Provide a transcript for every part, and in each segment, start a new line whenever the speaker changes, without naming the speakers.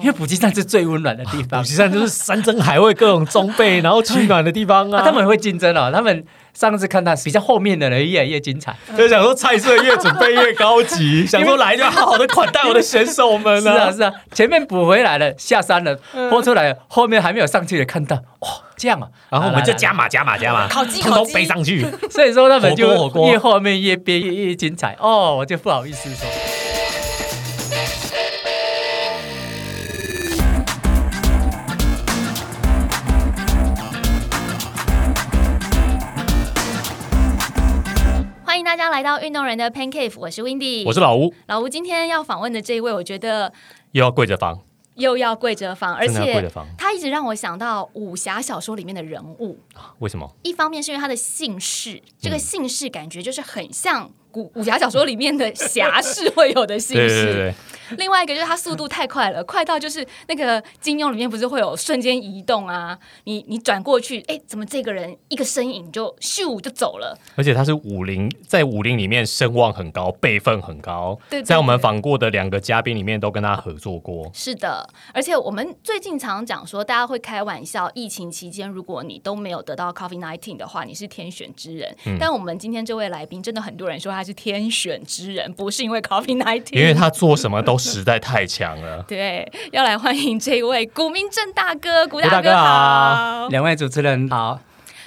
因
哦
为补给站是最温暖的地方
补。习站就是山珍海味、各种装备，然后取暖的地方啊。
啊他们会竞争哦，他们上次看到比较后面的人越来越精彩。
就想说菜色越准备越高 级，想说来就好好的款待我的嗯选手们
是啊是啊，前面补回来了，下山了，泼出来了，后面还没有上去的看到，哇，这样啊，
然后我们就加
码，
码加码加码，
烤鸡
通通
烤鸡
背上 去。
来来所以说他们
火锅火
就
锅
越后面越憋越越精彩哦，我就不好意思说。
欢迎大家来到运动人的 Pan Cave，我是 Windy，
我是老吴，
老吴。今天要访问的这一位，我觉得
又要跪着房，
又要跪着访，而
真的要跪着
且
房，
他一直让我想到武侠小说里面的人物。
为什么？
一方面是因为他的姓
嗯
氏，这个姓氏感觉就是很像古武侠小说里面的侠士会有的姓
对对对
氏。
对，
另外一个就是他速度太快了，快到就是那个金庸里面不是会有瞬间移动啊？你你转过去，哎，怎么这个人一个身影就咻就走了？
而且他是武林，在武林里面声望很高，辈分很高
对对。对
在我们访过的两个嘉宾里面，都跟他合作过。
是的，而且我们最近常讲说，大家会开玩笑，疫情期间如果你都没有得到 COVID nineteen 的话，你是天选之人。但我们今天这位来宾，真的很多人说他是天选之人，不是因为 COVID
因为
nineteen。。
他做什么都实在太强了
对，要来欢迎这一位古明正大哥，古大
古大
哥
哥
好
好。
两位主持人好，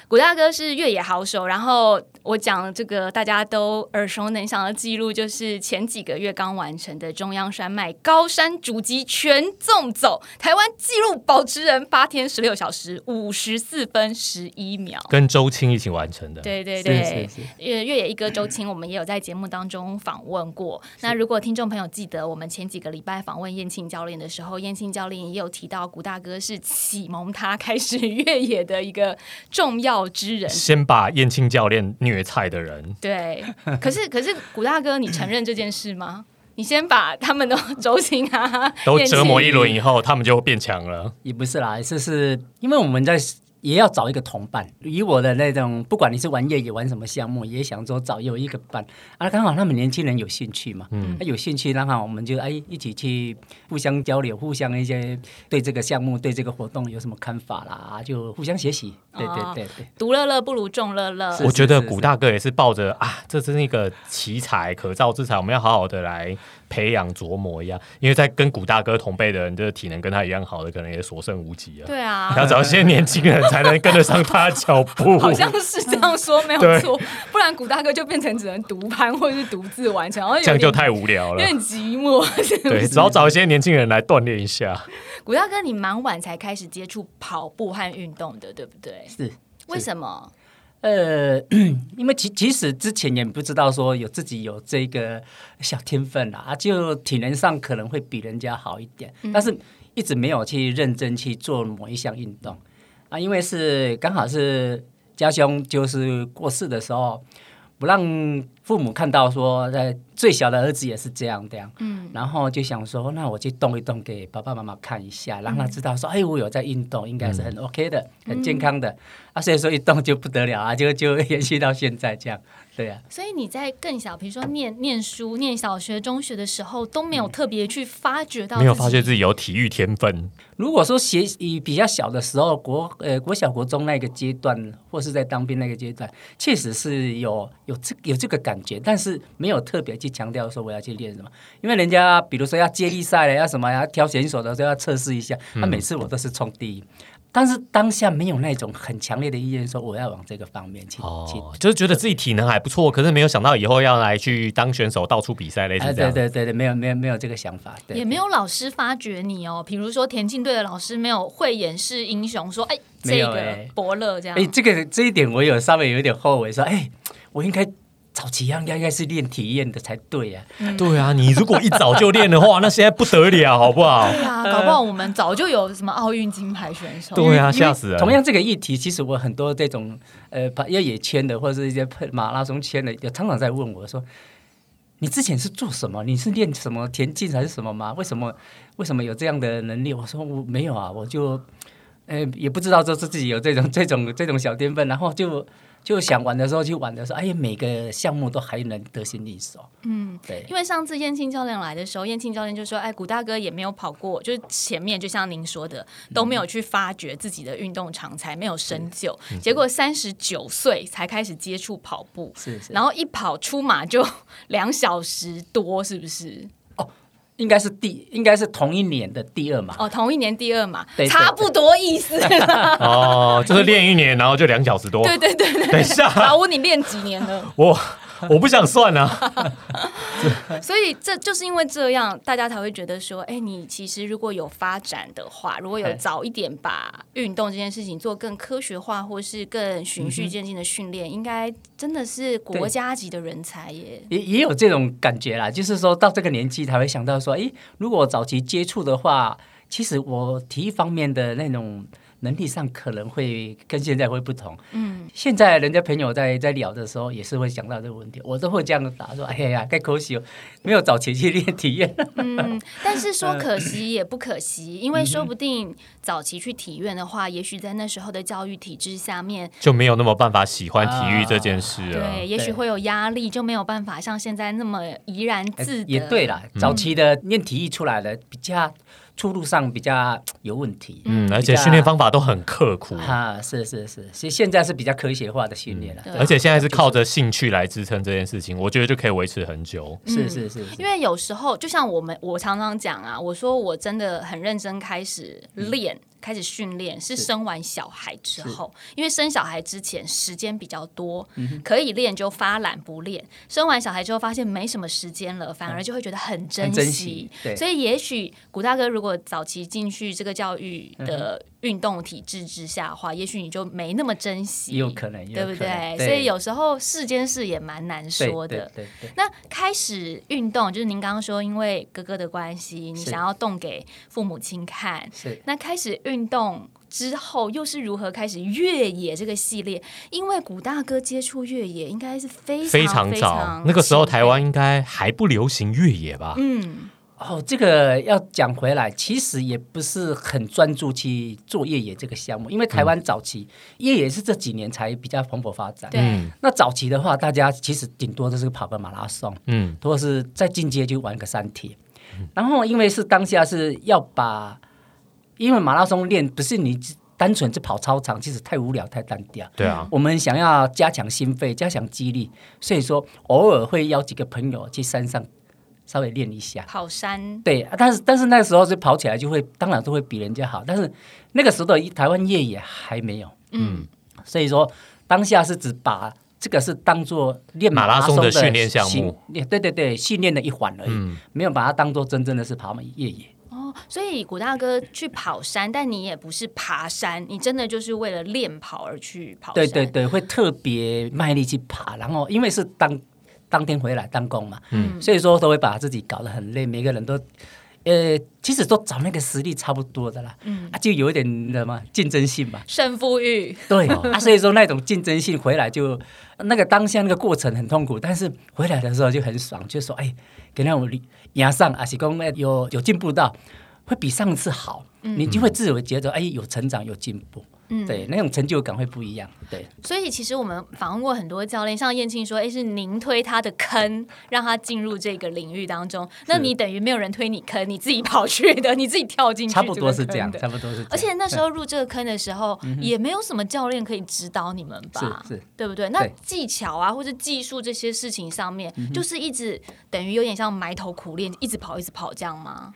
古大哥是越野好手，然后我讲这个大家都耳熟能详的记录，就是前几个月刚完成的中央山脉高山主击全纵走，台湾纪录保持人八天十六小时五十四分十一秒。
跟周青一起完成的，
对对
是
对，
是是
越越野一哥周青，我们也有在节目当中访问过。那如果听众朋友记得，我们前几个礼拜访问燕青教练的时候，燕青教练也有提到古大哥是启蒙他开始越野的一个重要之人。
先把燕青教练虐菜的人，
对，可是可是古大哥，你承认这件事吗？你先把他们的轴心啊
都折磨
燕
一
青
轮以后，他们就变强了。
也不是啦，是是因为我们在也要找一个同伴。以我的那种，不管你是玩越野玩什么项目，也想说找有一个伴啊。刚好他们年轻人有兴趣嘛，嗯，有兴趣，刚好我们就哎一起去互相交流，互相一些对这个项目、对这个活动有什么看法啦，就互相学习。对对
哦
对对，
独乐乐不如众乐乐
是。
我觉得
是
古大哥也是抱着啊，这是那个奇才可造之才，我们要好好的来培养琢磨一下。因为在跟古大哥同辈的人，就是体能跟他一样好的，可能也所剩无几啊。
对啊，
要找一些年轻人才能跟得上他的脚步。
好像是这样说没有
对
错，不然古大哥就变成只能独攀或者是独自完成，然后有
这样
点
就太无聊
有
了。
点寂寞。是不是
对，只好找一些年轻人来锻炼一下。
古大哥，你蛮晚才开始接触跑步和运动的，对不对？
是。
为什么？
呃， 因为其其实之前也不知道说有自己有这个小天分啦，啊，就体能上可能会比人家好一点，但是一直没有去认真去做某一项运动啊，因为是刚好是家兄就是过世的时候，不让父母看到说，呃，最小的儿子也是这样这样，嗯，然后就想说，那我去动一动给爸爸妈妈看一下，让他知道说，哎，我有在运动，应该是很 OK 的，很健康的。啊，所以说一动就不得了啊， 就就延续到现在这样，对啊，
所以你在更小，比如说念念书、念小学、中学的时候，都没有特别去发掘到
嗯没有
自己
发现自己有体育天分，
如果说学以比较小的时候，国呃国小国中那个阶段，或是在当兵那个阶段，确实是有有这有这个感觉，但是没有特别去强调说我要去练什么，因为人家比如说要接力赛了，要什么要挑选手的时候要测试一下，
嗯
那、每次我都是冲第一。但是当下没有那种很强烈的意愿，说我要往这个方面去、去
哦，就是觉得自己体能还不错，可是没有想到以后要来去当选手，到处比赛类似
哎，
这
对
样。
对对对，没有没有没有这个想法，对
也没有老师发掘你哦，比如说田径队的老师没有慧眼识英雄，说哎，
没
这
有
个
哎
伯乐这样
哎、，这个这一点我有稍微有点后悔，说，哎、我应该早期应该应该是练体验的才对呀、
嗯
对啊，你如果一早就练的话，那现在不得了，好不 好？
对 啊，搞不好我们早就有什么奥运金牌选手。
对
因
啊，
为
吓死人！
同样这个议题，其实我很多这种呃跑越野圈的，或者是一些马拉松圈的，有常常在问我说。你之前是做什么？你是练什么田径还是什么吗？为什么为什么有这样的能力？我说我没有 啊，我就呃也不知道说是自己有这种这种这种小天分，然后就就想玩的时候去玩的时候，哎呀，每个项目都还能得心应手。
嗯，
对，
因为上次燕青教练来的时候，燕青教练就说：“哎，古大哥也没有跑过，就是前面就像您说的，都没有去发掘自己的运动长才，没有深究。
嗯
结果三十九岁才开始接触跑步，
是是，
然后一跑出马就两小时多，是不是？
应该是第应该是同一年的第二嘛。
哦，同一年第二马，
对对
差不多意思啦。
哦，就是练一年，然后就两小时多。
对对对对，
等一下，
老吴，你练几年 了？
我我不想算啊。
所以这就是因为这样，大家才会觉得说，哎，你其实如果有发展的话，如果有
嘿
早一点把运动这件事情做更科学化，或是更循序渐进的训练，应该真的是国家级的人才耶。
也也有这种感觉啦，就是说到这个年纪才会想到说，诶，如果早期接触的话，其实我体育方面的那种能力上可能会跟现在会不同。嗯，现在人家朋友在在聊的时候也是会想到这个问题，我都会这样打说，哎呀，该可惜哦，没有早期去练体验。
嗯，但是说可惜也不可惜，因为说不定早期去体院的话，也许在那时候的教育体制下面，
就没有那么办法喜欢体育这件事啊了。
对，啊也许
对
会有压力，就没有办法像现在那么怡然自得。
也对啦，早期的练体育出来的比较出路上比较有问题。
嗯，而且训练方法都很刻苦，
啊，是是是，其实现在是比较科学化的训练了。
对
而且现在是靠着兴趣来支撑这件事情，我觉得就可以维持很久。
是是是是
嗯因为有时候，就像我们我常常讲啊，我说我真的很认真开始练，开始训练是
嗯是
生完小孩之后，因为生小孩之前时间比较多，
嗯
可以练就发懒不练。生完小孩之后发现没什么时间了，反而就会觉得很珍
嗯很珍惜对
所以也许古大哥如果早期进去这个教育
嗯
的运动体制之下的话，也许你就没那么珍惜，
也有可能，也
对
有
不
可能
对？所以有时候世间事也蛮难
对
说的。
对对对
那开始运动，就是您刚刚说，因为哥哥的关系，你
是
想要动给父母亲看。
是
那开始运动之后，又是如何开始越野这个系列？因为古大哥接触越野应该是非常
非
非
常早，那个时候台湾应该还不流行越野吧？
嗯
哦，这个要讲回来，其实也不是很专注去做越野这个项目，因为台湾早期、越野是这几年才比较蓬勃发展。
嗯对
嗯
那早期的话，大家其实顶多都是跑个马拉松，
嗯，
或者是再进阶就玩个山铁。然后因为是当下是要把，因为马拉松练不是你只单纯是跑操场，其实太无聊太单调。
对啊，
我们想要加强心肺，加强肌力，所以说偶尔会邀几个朋友去山上稍微练一下。
跑山
对，啊但是但是那时候就跑起来就会，当然都会比人家好，但是那个时候的台湾越野还没有，
嗯，
所以说当下是只把这个是当做练
马拉
拉
松
松
的
的
训练项目嗯
训，对对对，训练的一环而已，没有把它当做真正的是跑越野。
哦，所以古大哥去跑山，但你也不是爬山，你真的就是为了练跑而去跑山。
对对对，会特别卖力去爬，然后因为是当当天回来当工嘛，
嗯
所以说都会把自己搞得很累，每个人都。呃，其实都找那个实力差不多的啦，嗯，啊，就有一点你知道吗？竞争性吧，
胜负欲，
对啊，所以说那种竞争性回来就那个当下那个过程很痛苦，但是回来的时候就很爽，就说哎，给那种压上，而且讲哎有有进步到，会比上次好，你就会自我觉得哎有成长有进步，
嗯
对，那种成就感会不一样，对，
所以其实我们访问过很多教练，像燕庆说，哎，是您推他的坑，让他进入这个领域当中。那你等于没有人推你坑，你自己跑去的，你自己跳进去，
差不多是这样，
的。
差不多是这样，
而且那时候入这个坑的时候，也没有什么教练可以指导你们吧？
是是
对不对？那
对
技巧啊，或者技术这些事情上面，
嗯
就是一直等于有点像埋头苦练，一直跑，一直跑这样吗？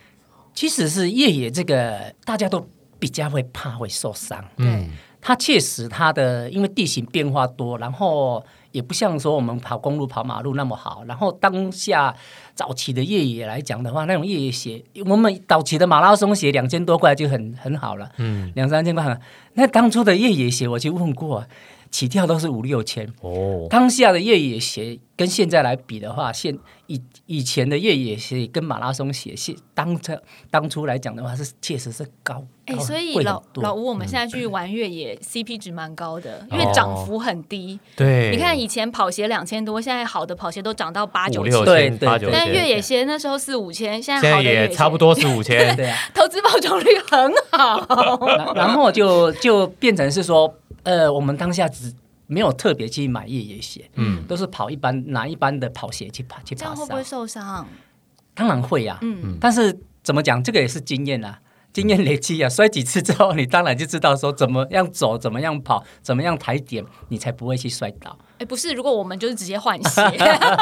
其实是越野这个大家都比较会怕会受伤，
嗯
对，
它确实它的因为地形变化多，然后也不像说我们跑公路、跑马路那么好。然后当下早期的越野来讲的话，那种越野鞋，我们早期的马拉松鞋两千多块就很很好了，嗯，两三千块了。那当初的越野鞋，我去问过，起跳都是五六千。
哦，
当下的越野鞋跟现在来比的话，现以以前的越野鞋跟马拉松鞋，现当初当初来讲的话是确实是高，
哎、
高
所以
贵很
老
哦多嗯
老吴，我们现在去玩越野、CP 值蛮高的，因为
哦
涨幅很低。
对，
你
嗯
看以前跑鞋两千多，现在好的跑鞋都涨到八九
五
千
六，
对
千、
对
八九
对
但
千，
越野鞋那时候四五千，现
现
在好
在
的越野
也
鞋
差不。多四五千。
对啊，
投资报酬率很好，
然然后就就变成是说，呃，我们当下只没有特别去买越野鞋，
嗯，
都是跑一般拿一般的跑鞋去爬去
这
爬
样会不会
山，
受伤？
当然会呀、
嗯，
但是怎么讲，这个也是经验啊，经验累积啊，摔几次之后，你当然就知道说怎么样走，怎么样跑，怎么样抬点，你才不会去摔倒。
哎，不是，如果我们就是直接换鞋，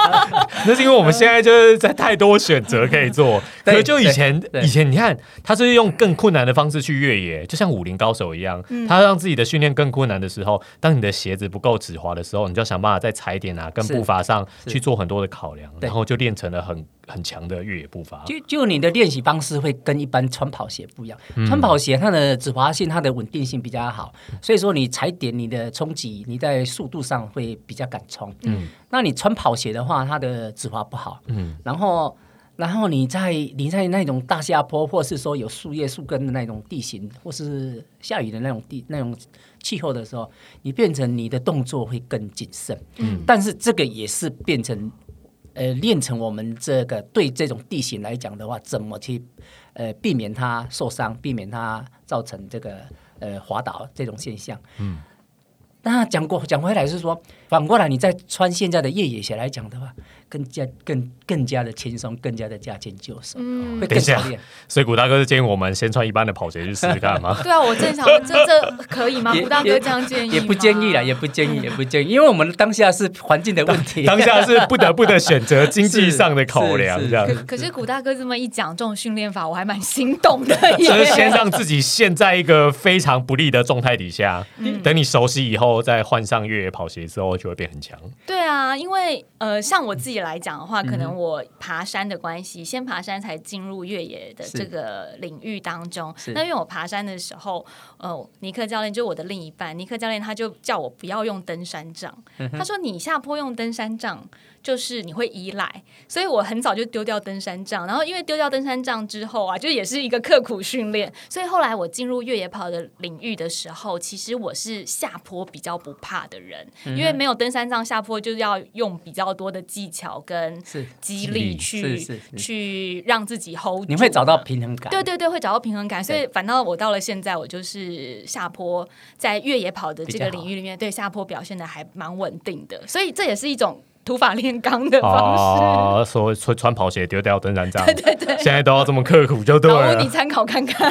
那是因为我们现在就是在太多选择可以做。
嗯对
可就以前
对对
以前你看，他是用更困难的方式去越野，就像武林高手一样，
嗯
他让自己的训练更困难的时候，当你的鞋子不够止滑的时候，你就要想办法在踩点啊跟
是
步伐上
是
去做很多的考量，
对
然后就练成了很很强的越野步伐。
就就你的练习方式会跟一般穿跑鞋不一样，穿跑鞋它的止滑性、它的稳定性比较好，所以说你踩点、你的冲击、你在速度上会比较敢冲。嗯，那你穿跑鞋的话，它的止滑不好。嗯，然后然后你在你在那种大下坡，或是说有树叶、树根的那种地形，或是下雨的那种地那种气候的时候，你变成你的动作会更谨慎。嗯，但是这个也是变成呃，练成我们这个对这种地形来讲的话，怎么去呃避免它受伤，避免它造成这个呃滑倒这种现象。嗯，那讲过讲回来是说，反过来你再穿现在的越野鞋来讲的话，更加更更加的轻松，更加的驾轻就熟，
嗯，
会更
等一下
熟练。
所以古大哥是建议我们先穿一般的跑鞋去试试看 吗？
对啊，我正想问，这这可以吗？
也
胡大哥这样 建议
也不建议
了，
了，也不建议，也不建议，因为我们当下是环境的问题，
当下是不得不的选择经济
是
上的考
是
量，
是
这样。
是
可是古大哥这么一讲，这种训练法我还蛮心 动的耶。
就是先让自己陷在一个非常不利的状态底下，等你熟悉以后，再换上越野跑鞋之后，就会变很强。
对啊，因为呃，像我自己来讲的话，
嗯
可能我爬山的关系，先爬山才进入越野的
是
这个领域当中。
是
那因为我爬山的时候，呃，尼克教练就是我的另一半，尼克教练他就叫我不要用登山杖，
嗯
他说你下坡用登山杖就是你会依赖，所以我很早就丢掉登山杖。然后因为丢掉登山杖之后啊，就也是一个刻苦训练，所以后来我进入越野跑的领域的时候，其实我是下坡比较不怕的人，
嗯
因为没有登山杖下坡就是要用比较多的技巧跟
是
激
激
励
励
去
是是是
去让自己 hold 住。
你会找到平衡感。
对对对，会找到平衡感。所以
对
反倒我到了现在，我就是下坡在越野跑的这个
比较好
领域里面，对下坡表现的还蛮稳定的。所以这也是一种土法炼钢
哦
的方式。，
哦所以穿穿跑鞋丢掉登山 杖，
对对对，
现在都要这么刻苦就对
好，我你
了。
参考看看。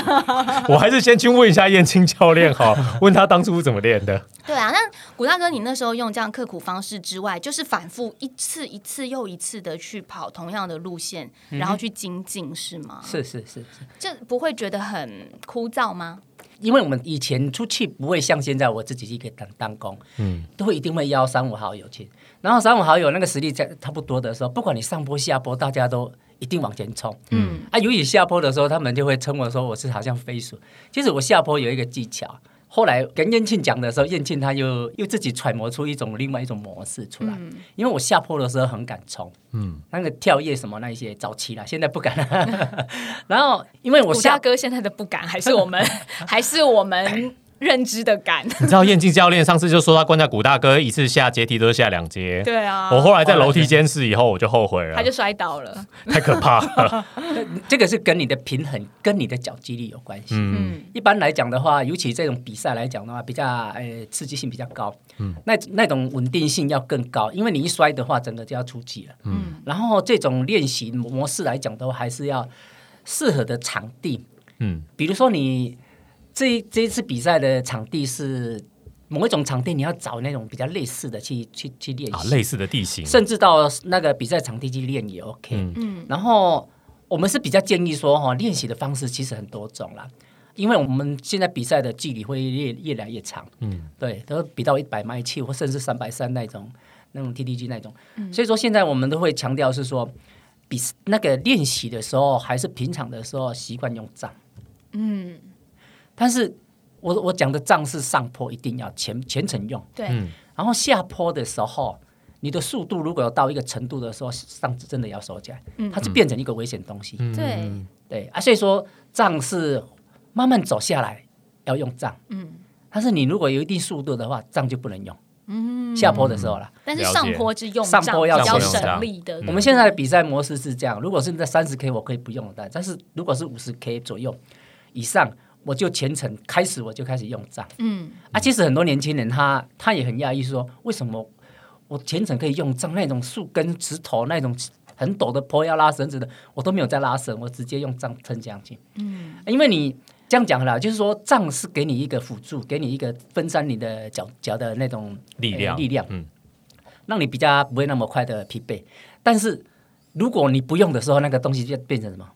我还是先去问一下燕青教练 好，问他当初怎么练的。
对啊，那古大哥，你那时候用这样刻苦方式之外，就是反复一次一次又一次的去跑同样的路线，然后去精进，是吗？
嗯是是是是。
这不会觉得很枯燥吗？
因为我们以前出去不会像现在我自己一个当当工，嗯，都会一定会邀三五好友去，然后三五好友那个实力在差不多的时候，不管你上坡下坡，大家都一定往前冲，嗯，啊，由于下坡的时候，他们就会称我说我是好像飞鼠，其实我下坡有一个技巧。后来跟燕庆讲的时候，燕庆他又又自己揣摩出一种另外一种模式出来，因为我下坡的时候很敢冲，嗯，那个跳跃什么那一些早期啦，现在不敢了。 然后因为我
古
下
大哥现在的不敢，还是 我们，还是我们认知的敢？
你知道燕青教练上次就说他关在古大哥一次下阶梯都是下两阶，
对啊，
我后来在楼梯间试以后，我就后悔了
他，就摔倒了。
太可怕 了。
这个是跟你的平衡、跟你的脚肌力有关系。
嗯，
嗯，
一般来讲的话，尤其这种比赛来讲的话，比较呃刺激性比较高，嗯，那那种稳定性要更高，因为你一摔的话，整个就要出局了，嗯。然后这种练习模式来讲的话，还是要适合的场地，
嗯，
比如说你这一这一次比赛的场地是某一种场地，你要找那种比较类似的去去去练
啊，
习，
类似的地 形，
甚至到那个比赛场地去练也 OK。
嗯
嗯
然后我们是比较建议说哈、哦，练习的方式其实很多种啦，因为我们现在比赛的距离会越越来越长，
嗯，
对，都比到一百迈气或甚至三百三那种那种 TDG 那种，
嗯
所以说现在我们都会强调是说。比那个练习的时候，还是平常的时候，习惯用杖。
嗯，
但是我我讲的杖是上坡一定要全全程用，
对，
嗯
然后下坡的时候，你的速度如果有到一个程度的时候，上肢真的要收起来，
嗯
它就变成一个危险东西。
对，
对啊，所以说杖是慢慢走下来要用杖，
嗯，
但是你如果有一定速度的话，杖就不能用。嗯，下坡的时候啦，
但是上坡是用
上坡要
比
上
较
坡用
省
杖
力的。
我们现在的比赛模式是这样：如果是在三十 K，我可以不用的，但是如果是五十 K 左右以上，我就全程开始我就开始用杖
嗯，
啊。其实很多年轻人他他也很讶异说，为什么我全程可以用杖那种树根、石头那种很陡的坡要拉绳子的，我都没有在拉绳，我直接用杖撑将去。嗯，因为你这样讲啦，就是说杖是给你一个辅助，给你一个分散你的脚脚的那种
力
呃
量
力量，
嗯，
让你比较不会那么快的疲惫。但是如果你不用的时候，那个东西就变成什么？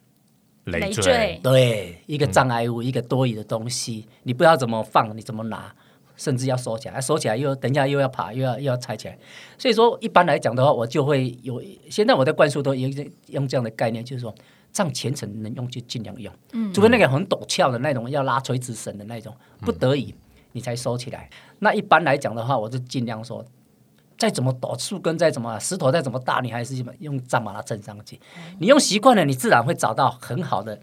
累
累
赘
赘，
对，一个障碍物，一个多余的东西，你不知道怎么放，你怎么拿，甚至要收起来，啊收起来又等一下又要爬，又要又要拆起来。所以说，一般来讲的话，我就会有现在我在灌输都有一些用这样的概念，就是说。杖全程能用就尽量用，除非那个很陡峭的那种要拉垂直绳的那种，不得已你才收起来。那一般来讲的话，我就尽量说，再怎么陡，树根再怎么石头再怎么大，你还是用杖把它撑上去。你用习惯了，你自然会找到很好的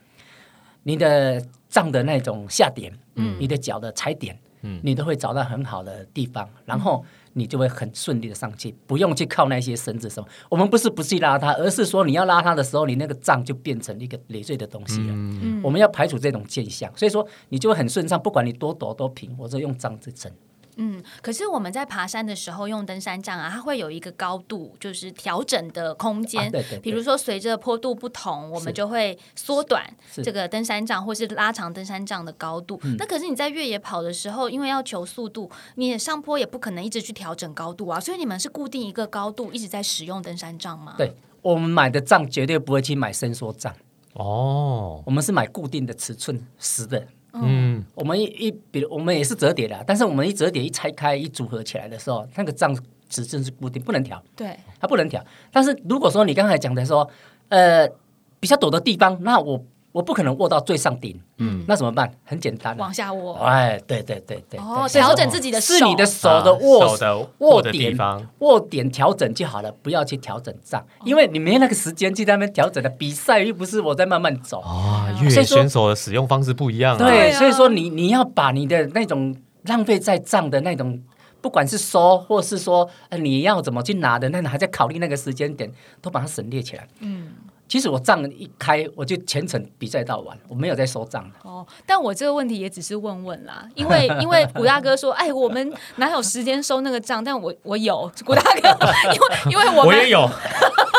你的杖的那种下点，
嗯
你的脚的踩点，你都会找到很好的地方，然后你就会很顺利的上去，不用去靠那些绳子什么。我们不是不去拉它，而是说你要拉它的时候，你那个杖就变成一个累赘的东西了。
嗯
我们要排除这种现象，所以说你就会很顺畅，不管你多陡多平，我就用杖支撑。
嗯，可是我们在爬山的时候用登山杖啊，它会有一个高度，就是调整的空间。
啊对对对
比如说随着坡度不同，我们
是
就会缩短
是嗯
这个登山杖，或是拉长登山杖的高度。那可是你在越野跑的时候，因为要求速度，你也上坡也不可能一直去调整高度啊，所以你们是固定一个高度一直在使用登山杖吗？，
对我们买的杖绝对不会去买伸缩杖，
哦，
我们是买固定的尺寸实的。
嗯，
我们一一比如我们也是折叠的啊，但是我们一折叠一拆开一组合起来的时候，那个杖尺寸是固定，不能调。
对，
它不能调。但是如果说你刚才讲的说，呃，比较陡的地方，那我我不可能握到最上顶，嗯，那怎么办？很简单、啊
往，下握。
哎，对对对对，
哦，
对
调整自己的
是你的
手
手的
啊
握
手的握
握
的
点
地方，
握点调整就好了，不要去调整杖，
哦
因为你没那个时间去那边调整的。比赛又不是我在慢慢走，
啊，越野选手的使用方式不一样啊。
对，
对啊
所以说你你要把你的那种浪费在账的那种，不管是收或是说呃你要怎么去拿的，那还在考虑那个时间点，都把它省略起来。嗯，其实我账一开，我就全程比赛到完，我没有在收账。
哦，但我这个问题也只是问问啦，因为因为古大哥说，哎，我们哪有时间收那个账？但我我有古大哥， 因为因为我
我
们
也有，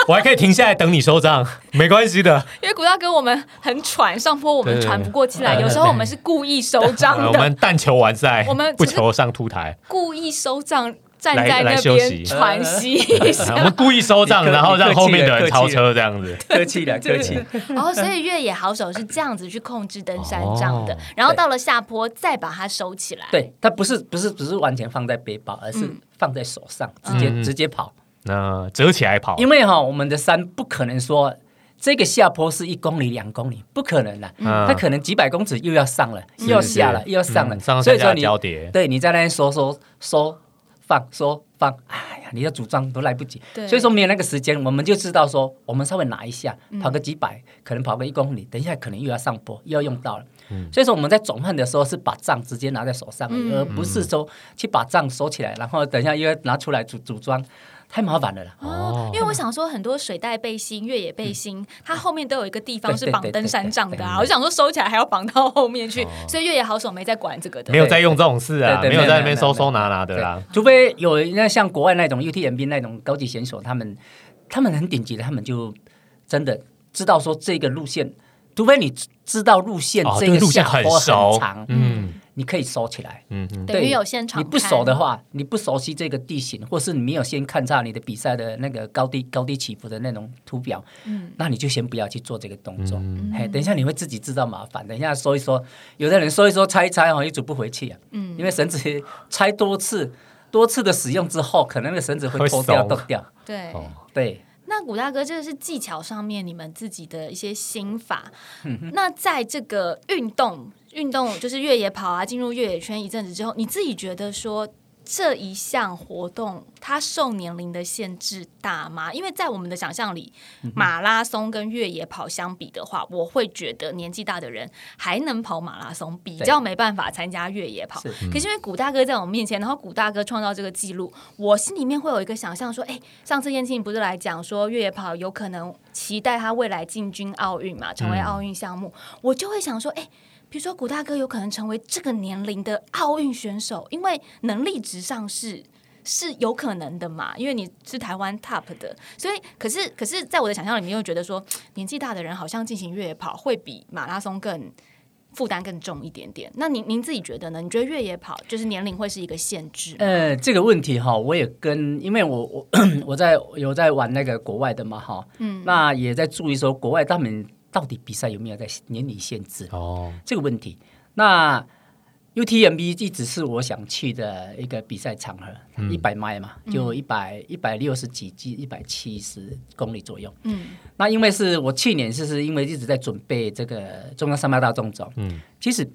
我还可以停下来等你收账，没关系的。
因为古大哥我们很喘，上坡我们
对
喘不过气来，
对
有时候我们是故意收
呃
啊
账
我
的，
们但求完赛，
我们
不
只是
求上凸台，
故意收账，站
来
在
来
那
休
边
息
喘息 一下
呃我们故意收账，
你客
然后让后面的人
你客
超
气了
车这样子。
客气 了，客气。
哦，所以越野好手是这样子去控制登山杖的
哦，
然后到了下坡再把它收起来。
对，它不是不是不是完全放在背包，而是放在手上，直接、
嗯
直接跑。
那折起来跑，
因为哈、我们的山不可能说这个下坡是一公里、两公里，不可能的，
嗯
它可能几百公尺又要上了，又要下了，
是
又要上了，
嗯上上
所以
下下
说你
交叠
对你在那边收收收放收放，哎呀，你的组装都来不及
对，
所以说没有那个时间，我们就知道
嗯
说，我们稍微拿一下，跑个几百，可能跑个一公里，等一下可能又要上坡，又要用到了。
嗯
所以说我们在转换的时候是把杖直接拿在手上而已，而不是说去把杖收起来，然后等一下又要拿出来组组装，太麻烦了啦。
哦，因为我想说，很多水袋背心、越野背
嗯
心，它后面都有一个地方是绑登山杖的啊。我想说，收起来还要绑到后面
哦
去，所以越野好手没在管这个的。
没有在用这种事啊，
对对
没有在那边收收拿拿
对
的啦。，
除非有那像国外那种 UTMB 那种高级选手，他们他们很顶级的，他们就真的知道说这个路线，除非你知道路线、
哦，
这
对，
个
路线
下
很
坡
熟
长，，
嗯
你可以收起来。
嗯嗯，
等于
对
有现场
你
看
不熟的，话，你不熟悉这个地形，或是你没有先看上你的比赛的那个高低高低起伏的那种图表，
嗯
那你就先不要去做这个动作。
嗯
嘿，等一下你会自己制造麻烦。等一下说一说，有的人说一说拆一拆哦，一组不回去啊。
嗯
因为绳子拆多次，多次的使用之后，可能那个绳子
会
会脱掉、
松
断掉。
对。
哦
对，
那古大哥，这个是技巧上面你们自己的一些心法。那在这个运动运动就是越野跑啊，进入越野圈一阵子之后，你自己觉得说这一项活动它受年龄的限制大吗？因为在我们的想象里，马拉松跟越野跑相比的话，我会觉得年纪大的人还能跑马拉松，比较没办法参加越野跑。
是
可是因为古大哥在我们面前，然后古大哥创造这个记录，我心里面会有一个想象说，哎，上次燕青不是来讲说越野跑有可能期待他未来进军奥运嘛，成为奥运项目，我就会想说，哎，比如说古大哥有可能成为这个年龄的奥运选手，因为能力值上是是有可能的嘛，因为你是台湾 top 的，所以可是可是在我的想象里面又觉得说，年纪大的人好像进行越野跑会比马拉松更。负担更重一点点，那您您自己觉得呢？你觉得越野跑就是年龄会是一个限制吗？
呃，这个问题哈，我也跟，因为我我 我在有在玩那个国外的嘛哈，嗯，那也在注意说国外他们到底比赛有没有在年龄限制
哦，
这个问题。那 UTMB 一直是我想去的一个比赛场合，一百迈嘛，就一百一百六十几 G，一百七十公里左右。
嗯
那因为是我去年就是因为一直在准备这个中央山脉大纵走，
嗯，
其实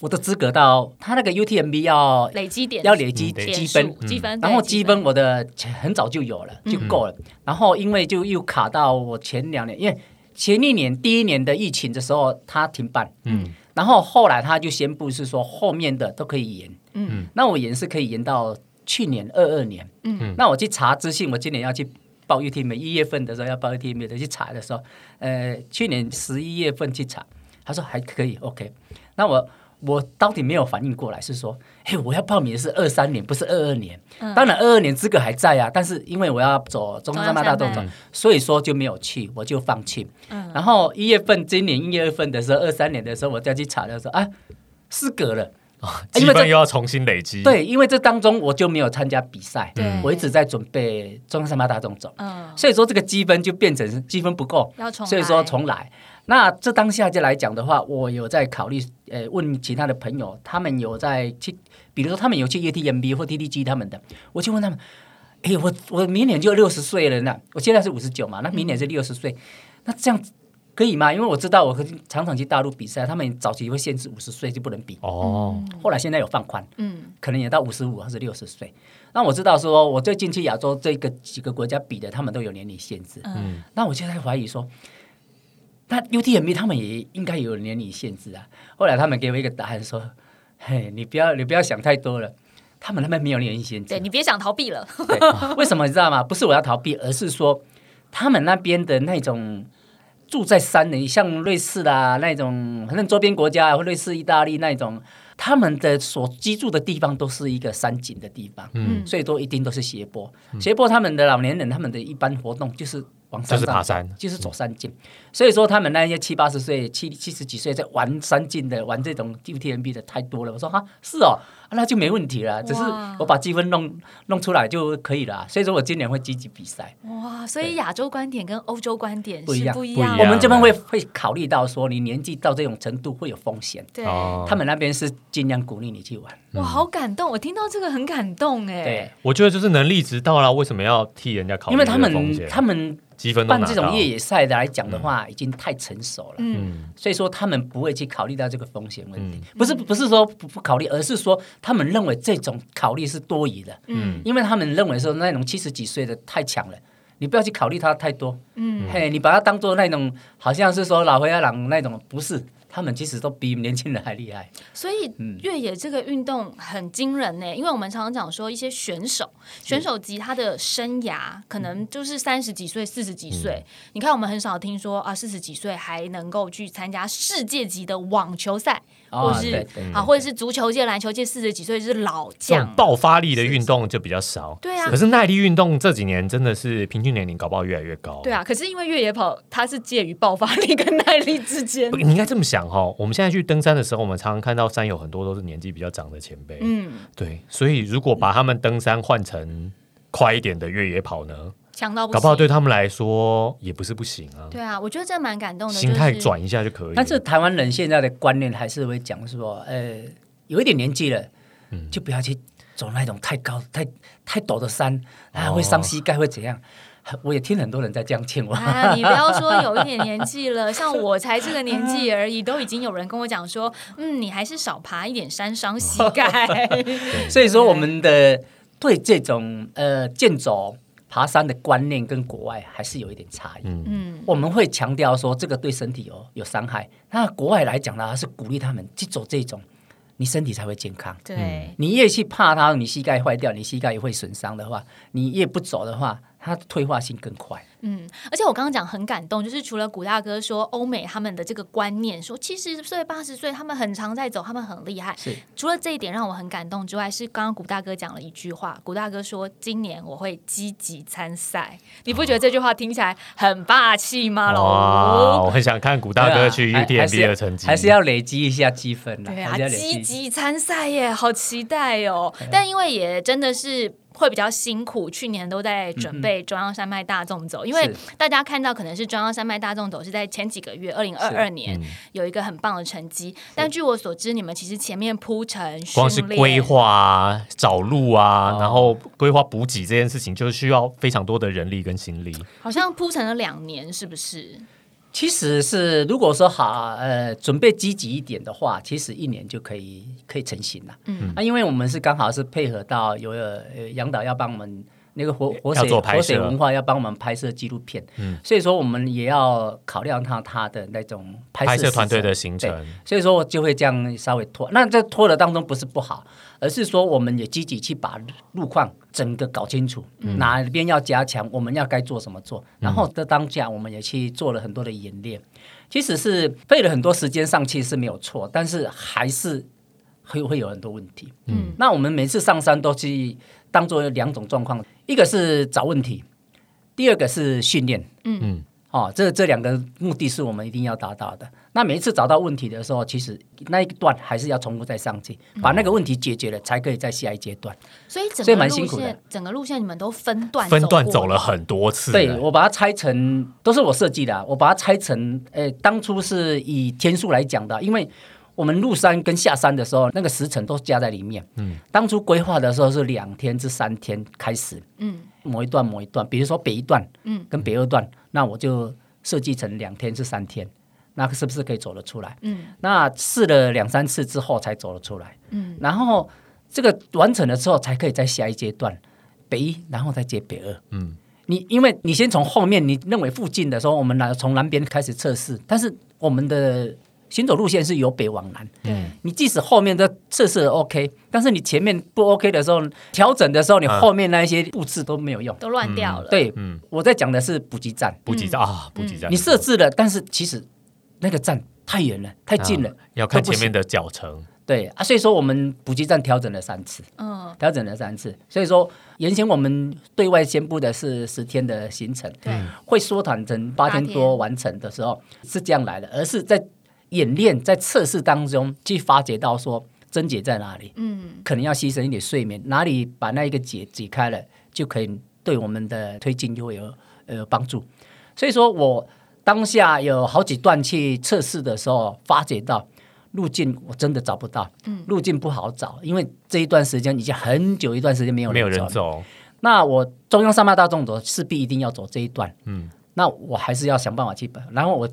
我的资格到他那个 UTMB 要
累积点
要累积
嗯
积
点
分
数，积分，
然后
对
积分我的很早就有了，就够了。然后因为就又卡到我前两年，因为前一年第一年的疫情的时候它停办，
嗯，
然后后来他就宣布是说后面的都可以延，
嗯，
那我延是可以延到去年二二年，
嗯，
那我去查资讯，我今年要去。报 UTM 一月份的时候要报 UTM 的去查的时候，呃，去年十一月份去查，他说还可以，OK。那我我到底没有反应过来，是说，嘿，我要报名的是二三年，不是二二年。
嗯
当然，二二年资格还在啊，但是因为我要走中山大动
中
走
央山，
所以说就没有去，我就放弃。
嗯
然后一月份，今年一月份的时候，二三年的时候，我再去查的时候，啊，失格了。
积
因为
分
哎这
又要重新累积，，
对，因为这当中我就没有参加比赛
对，
我一直在准备中山大动走，
嗯，
所以说这个积分就变成是积分不够，
要重来，
所以说重来。那这当下就来讲的话，我有在考虑，呃，问其他的朋友，他们有在去，比如说他们有去 ATMB 或 TDG 他们的，我去问他们，哎，我我明年就六十岁了呢，我现在是五十九嘛，那明年是六十岁，那这样子可以吗？因为我知道我常常去大陆比赛，他们早期会限制五十岁就不能比，
哦，
后来现在有放宽，
嗯
可能也到五十五或是六十岁。那我知道说，我最近去亚洲这个几个国家比的，他们都有年龄限制。
嗯
那我就在怀疑说，那 UTMB 他们也应该有年龄限制啊。后来他们给我一个答案说：“嘿，你不要你不要想太多了，他们那边没有年龄限制
对。你别想逃避了，
对”为什么你知道吗？不是我要逃避，而是说他们那边的那种。住在山里，像瑞士啦、那种，反正周边国家啊，或瑞士、意大利那种，他们的所居住的地方都是一个山景的地方，
嗯，
所以都一定都是斜坡。斜坡他们的老年人，他们的一般活动就是往
就
山
是
上
爬山，
就是走山径，所以说他们那些七八十岁、七七十几岁在玩山径的、玩这种 UTMB 的太多了。我说哈，是哦，啊那就没问题了，只是
哇
我把积分弄弄出来就可以了啊。所以说我今年会积极比赛，
哇！所以亚洲观点跟欧洲观点
不一
是
样
不一
不一
样
样
我
的，
们这边会会考虑到说你年纪到这种程度会有风险，
对
哦
他们那边是尽量鼓励你去玩。
哇，好感动！我听到这个很感动哎
对，，
我觉得就是能力值到了，为什么要替人家考虑
因
这
为
个
他
风险？
们他们
积分都
办
拿
这
到
种越野赛的来讲的话，已经太成熟了。
嗯
嗯
所以说他们不会去考虑到这个风险问题，不是不是说不不考虑，而是说他们认为这种考虑是多余的，
嗯
因为他们认为说那种七十几岁的太强了。你不要去考虑他太多，
嗯，
嘿，你把他当做那种好像是说老灰阿郎那种，不是，他们其实都比年轻人还厉害。
所以
嗯
越野这个运动很惊人呢，因为我们常常讲说一些选手，选手级他的生涯可
嗯
能就是三十几岁、四十几岁。你看，我们很少听说啊，四十几岁还能够去参加世界级的网球赛，
哦
或是
对对
啊，或者是足球界、篮球界，四十几岁就是老
这
将
种。爆发力的运动就比较少，
对啊
可是耐力运动这几年真的是平均年龄搞不好越来越高。
对啊，可是因为越野跑，它是介于爆发力跟耐力之间
不，。你应该这么想哈、哦。我们现在去登山的时候，我们常常看到山友很多都是年纪比较长的前辈，
嗯，
对，所以如果把他们登山换成快一点的越野跑呢，
强到不
搞
行。
不好对他们来说也不是不行啊，
对啊，我觉得这蛮感动的，
心态
就是
转一下就可以了。
但是台湾人现在的观念还是会讲说，呃，有一点年纪了，
嗯
就不要去走那种太高、太太陡的山啊，
哦
会伤膝盖，会怎 样？我也听很多人在这样劝我。
啊，你不要说有一点年纪了， 像我才这个年纪而已，都已经有人跟我讲说，嗯，你还是少爬一点山，伤膝盖。
所以说，我们的呃对这种呃健走、爬山的观念跟国外还是有一点差异。
嗯，
嗯，
我们会强调说这个对身体有有伤害，那国外来讲呢，是鼓励他们去走这种，你身体才会健康。
对，
你越去怕它，你膝盖坏掉，你膝盖也会损伤的话，你越不走的话，它退化性更快。
嗯，而且我刚刚讲很感动，就是除了古大哥说欧美他们的这个观念，说七十岁、八十岁他们很常在走，他们很厉害。
是
除了这一点让我很感动之外，是刚刚古大哥讲了一句话，古大哥说今年我会积极参赛，你不觉得这句话听起来很霸气吗？
哇，
老吴，
我很想看古大哥去
对啊还
UDMB 的成绩，
还是要累积一下积分啦，
对
还
啊
是要，累积
积极参赛耶，好期待哦！但因为也真的是。会比较辛苦，去年都在准备中央山脉大纵走，因为
是
大家看到可能是中央山脉大纵走是在前几个月，二零二二
是
年有一个很棒的成绩。但据我所知，你们其实前面铺陈、
光是
训练
规划啊、找路啊，
哦
然后规划补给这件事情，就需要非常多的人力跟心力。
好像铺陈了两年，是不是？
其实是如果说好呃准备积极一点的话，其实一年就可以可以成型了。嗯，啊，因为我们是刚好是配合到有呃杨导要帮我们那个活活
要
水
做拍摄
活水文化要帮我们拍摄纪录片，嗯，所以说我们也要考量到他的那种拍摄
拍摄
时
团队
程
的行程
对所以说我就会这样稍微拖。那在拖的当中不是不好，而是说我们也积极去把路况整个搞清楚，
嗯
哪边要加强，我们要该做什么做。然后在当下，我们也去做了很多的演练，其实是费了很多时间上去是没有错，但是还是会会有很多问题。
嗯，
那我们每次上山都去当做两种状况，一个是找问题，第二个是训练。
嗯
嗯，
哦，这这两个目的是我们一定要达到的。那每一次找到问题的时候，其实那一段还是要重复再上去，
嗯
把那个问题解决了，才可以在下一阶段。
所以整
所以
个
蛮
路
辛苦的
线，整个路线你们都分段
分段
过
走了很多次，
对我把它拆成都是我设计的啊、我把它拆成，呃，当初是以天数来讲的啊，因为我们入山跟下山的时候，那个时辰都加在里面。嗯，当初规划的时候是两天至三天开始，
嗯，
某一段某一段，比如说北一段，
嗯，
跟北二段，那我就设计成两天至三天，那是不是可以走得出来？
嗯
那试了两三次之后才走了出来，
嗯，
然后这个完成了之后，才可以在下一阶段北一，然后再接北二，
嗯，
你因为你先从后面你认为附近的时候，我们来从南边开始测试，但是我们的行走路线是由北往南，
对。
你即使后面的测试了 OK，但是你前面不 OK 的时候，调整的时候，你
嗯
后面那一些布置都没有用。
都乱掉了。，
对，
嗯
我在讲的是补给站，
补给站啊，补给站，
嗯你设置了，但是其实那个站太远了，太近了。
啊要看前面的脚程，
对啊，所以说我们补给站调整了三次，
嗯，
调整了三次。所以说，原先我们对外宣布的是十天的行程，
对，
会缩短成八天
八
多
天
完成的时候是这样来的，而是在演练、在测试当中去发掘到说症结在哪里，
嗯，
可能要牺牲一点睡眠，哪里把那一个解解开了，就可以对我们的推进就会有呃帮助。所以说我当下有好几段去测试的时候，发觉到路径我真的找不到，
嗯
路径不好找，因为这一段时间已经很久一段时间没有
没有
走
人
了
走，
那我中央山脉大众走势必一定要走这一段，
嗯
嗯，那我还是要想办法去把，然后我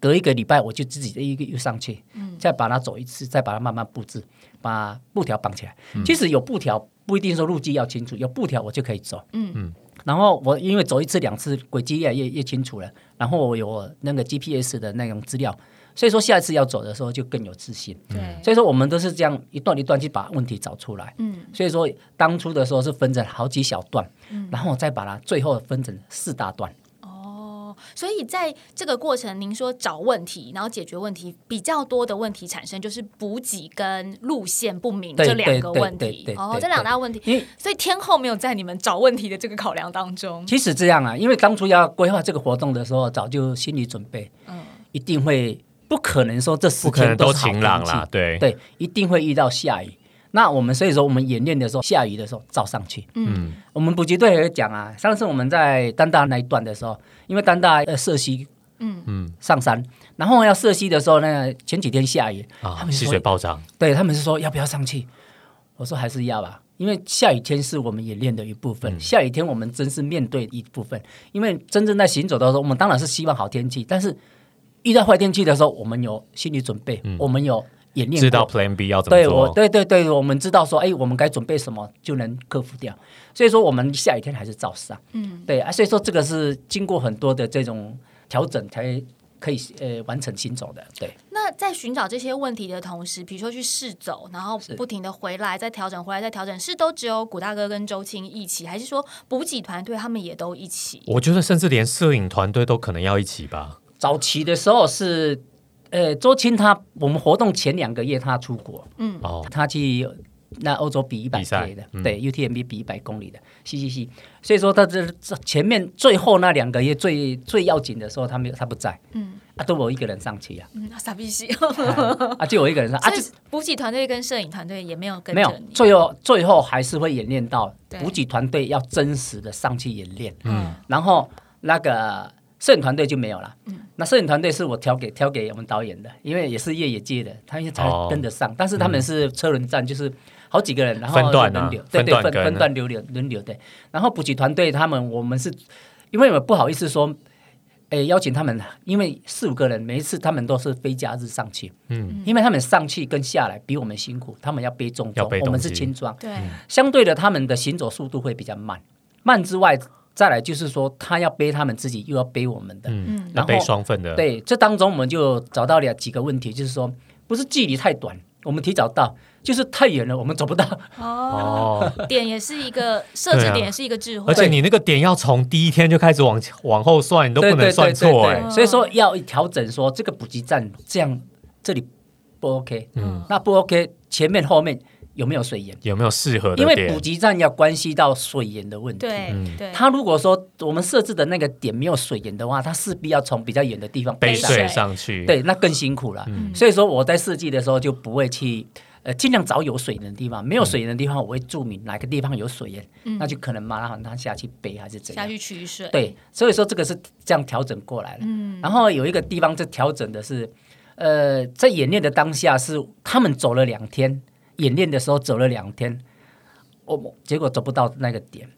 隔一个礼拜我就自己一个又上去，嗯，再把它走一次，再把它慢慢布置，把布条绑起来。其实有布条不一定说路径要清楚，有布条我就可以走，
嗯
嗯嗯。然后我因为走一次两次轨迹越来越越清楚了，然后我有我那个 GPS 的那种资料，所以说下一次要走的时候就更有自信。
对，
所以说我们都是这样一段一段去把问题找出来。
嗯，
所以说当初的时候是分成好几小段，然后我再把它最后分成四大段。
哦，所以在这个过程，您说找问题，然后解决问题，比较多的问题产生就是补给跟路线不明
对
这两个问
对
题
对对。
哦，
对
这两大问题，
因为
所以天后没有在你们找问题的这个考量当中。
其实这样啊，因为当初要规划这个活动的时候，早就心理准备，
嗯
一定会不可能说这
不
四
可能
天
都
是好
晴朗
天气
啦，对，
对，一定会遇到下雨。那我们所以说我们演练的时候，下雨的时候照上去。
嗯，
我们补给队也有讲啊，上次我们在丹大那一段的时候，因为丹大呃涉溪
嗯
嗯
上山，然后要涉溪的时候呢，前几天下雨，
啊
他，们
溪
说
水暴涨，
对他们是说要不要上去？我说还是要吧，因为下雨天是我们演练的一部
嗯
分，下雨天我们真是面对一部分。因为真正在行走的时候，我们当然是希望好天气，但是遇到坏天气的时候，我们有心理准备，我们有演练过，
嗯知道 Plan B 要怎么
对我，
做，
对对对，我们知道说，哎，我们该准备什么就能克服掉。所以说，我们下雨天还是照上，
嗯，
对啊。所以说，这个是经过很多的这种调整才可以呃完成行走的，对。
那那在寻找这些问题的同时，比如说去试走，然后
是
不停的回来，再调整，回来再调整，是都只有古大哥跟周青一起，还是说补给团队他们也都一起？
我觉得甚至连摄影团队都可能要一起吧。
早期的时候是，呃，周青他我们活动前两个月他出国，
嗯，
哦，
他去那欧洲比一百
比赛
K 的，
嗯
对 UTMB 比一百公里的，是是是。所以说他这这前面最后那两个月最最要紧的时候，他没有他不在，
嗯
啊，都我一个人上去啊，
嗯，傻逼西。
啊，就我一个人上啊，
所
就
以补给团队跟摄影团队也没有跟
没有
着你，
最后最后还是会演练到
对
补给团队要真实的上去演练，
嗯，
然后那个摄影团队就没有了。那摄影团队是我挑给挑给我们导演的，因为也是越野界的，他们才
哦
跟得上。但是他们是车轮战，就是好几个人，然后
分段啊
轮流，对对，
分
分
段跟
分段流流轮流对。然后补给团队他们，我们是因为我们不好意思说。诶，邀请他们，因为四五个人，每一次他们都是非假日上去，嗯，因为他们上去跟下来比我们辛苦，他们要背重
要
装
背，
我们
东
是
西
轻装，
对，
相对的，他们的行走速度会比较慢，慢之外，再来就是说，他要背他们自己，又要背我们的。
嗯，
然
那
后
背双份的，
对，这当中我们就找到了几个问题，就是说，不是距离太短，我们提早到；就是太远了，我们走不到。
哦，
哦，
点也是一个设置
对啊
点，也是一个智慧，
而且你那个点要从第一天就开始往往后算，你都
对
不
对
能
对
算
对
错
对，
哎。
所以说要调整说这个补给站这样这里不 OK，
嗯
那不 OK，前面后面有没有水源？
有没有适合的
因为补
点？
给站要关系到水源的问题。
对
嗯
对，
他如果说我们设置的那个点没有水源的话，他势必要从比较远的地方
背
上
水
水上去，
对，那更辛苦了。
嗯
所以说我在设计的时候就不会去，呃，尽量找有水源的地方，没有水源的地方，我会注明哪个地方有水源，那就可能麻烦他下去背还是怎
嗯下
样。
去取水，
对，所以说这个是这样调整过来了。
嗯
然后有一个地方在调整的是，呃，在演练的当下是他们走了两天，演练的时候走了两天，我结果走不到那个点。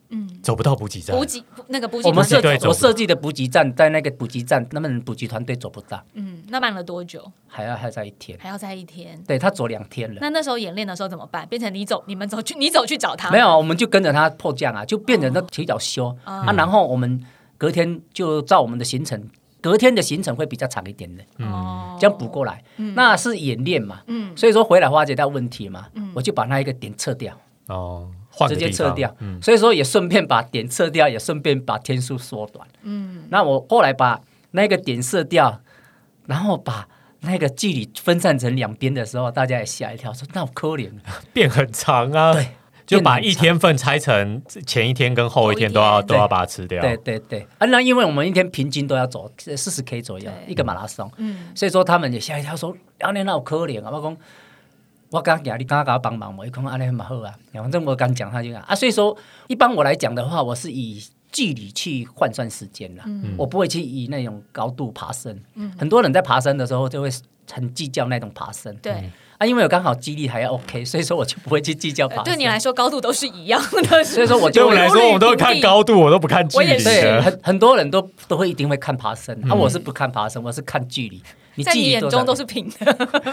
走不到补给站
补，给那个补给
我们设
团队
队走
我
不
设计的补给站在那个补给站，那么补给团队走不到，
嗯，那办了多久？
还要还在一天。
还要在一天。
对他走两天了，
那那时候演练的时候怎么办？变成你走，你们走去， 你走去找他。
没有，我们就跟着他迫降啊，就变成他提早休、
哦
啊，然后我们隔天就照我们的行程，隔天的行程会比较长一点的，
哦，嗯
这样补过来，那是演练嘛，所以说回来化解到问题嘛，我就把那一个点撤掉，
哦，换个
直接
地
撤
方
掉，
嗯，
所以说也顺便把点撤掉，也顺便把天数缩短，嗯，那我后来把那个点撤掉，然后把。那个距离分散成两边的时候，大家也吓一跳，说：“那我可怜。”啊
变很长啊，
对，
就把
变很
一天份拆成前一天跟后一天都
后
要
一天
都要把它吃掉，
对对对，啊，那因为我们一天平均都要走四十 K 左右
对
一个马拉松，
嗯，
所以说他们也吓一跳说，安尼那有可能啊，我讲。我刚讲，你刚刚给我帮忙嘛，伊讲安尼嘛好啊，反正我刚讲他就讲啊，所以说一般我来讲的话，我是以距离去换算时间啦，
嗯
我不会去以那种高度爬升。很多人在爬山的时候就会很计较那种爬升，
对，
啊，因为我刚好肌力还要 OK，所以说我就不会去计较爬
呃
升。
对你来说高度都是一样的，
所以 说我
对
就
我来说，我都会看高度，我都不看距
我也
离
是
对，
的。
很很多人都都会一定会看爬升，啊，我是不看爬升，我是看距离。你
在
距
你
离
眼
多少
中都是平的。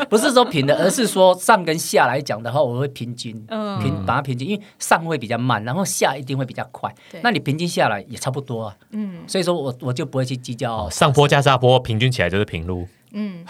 不是说平的，而是说上跟下来讲的话，我会平均，
嗯
平把它平均，因为上会比较慢，然后下一定会比较快
对。
那你平均下来也差不多啊，
嗯
所以说我我就不会去计较
哦，上坡加下坡，平均起来就是平路。
嗯，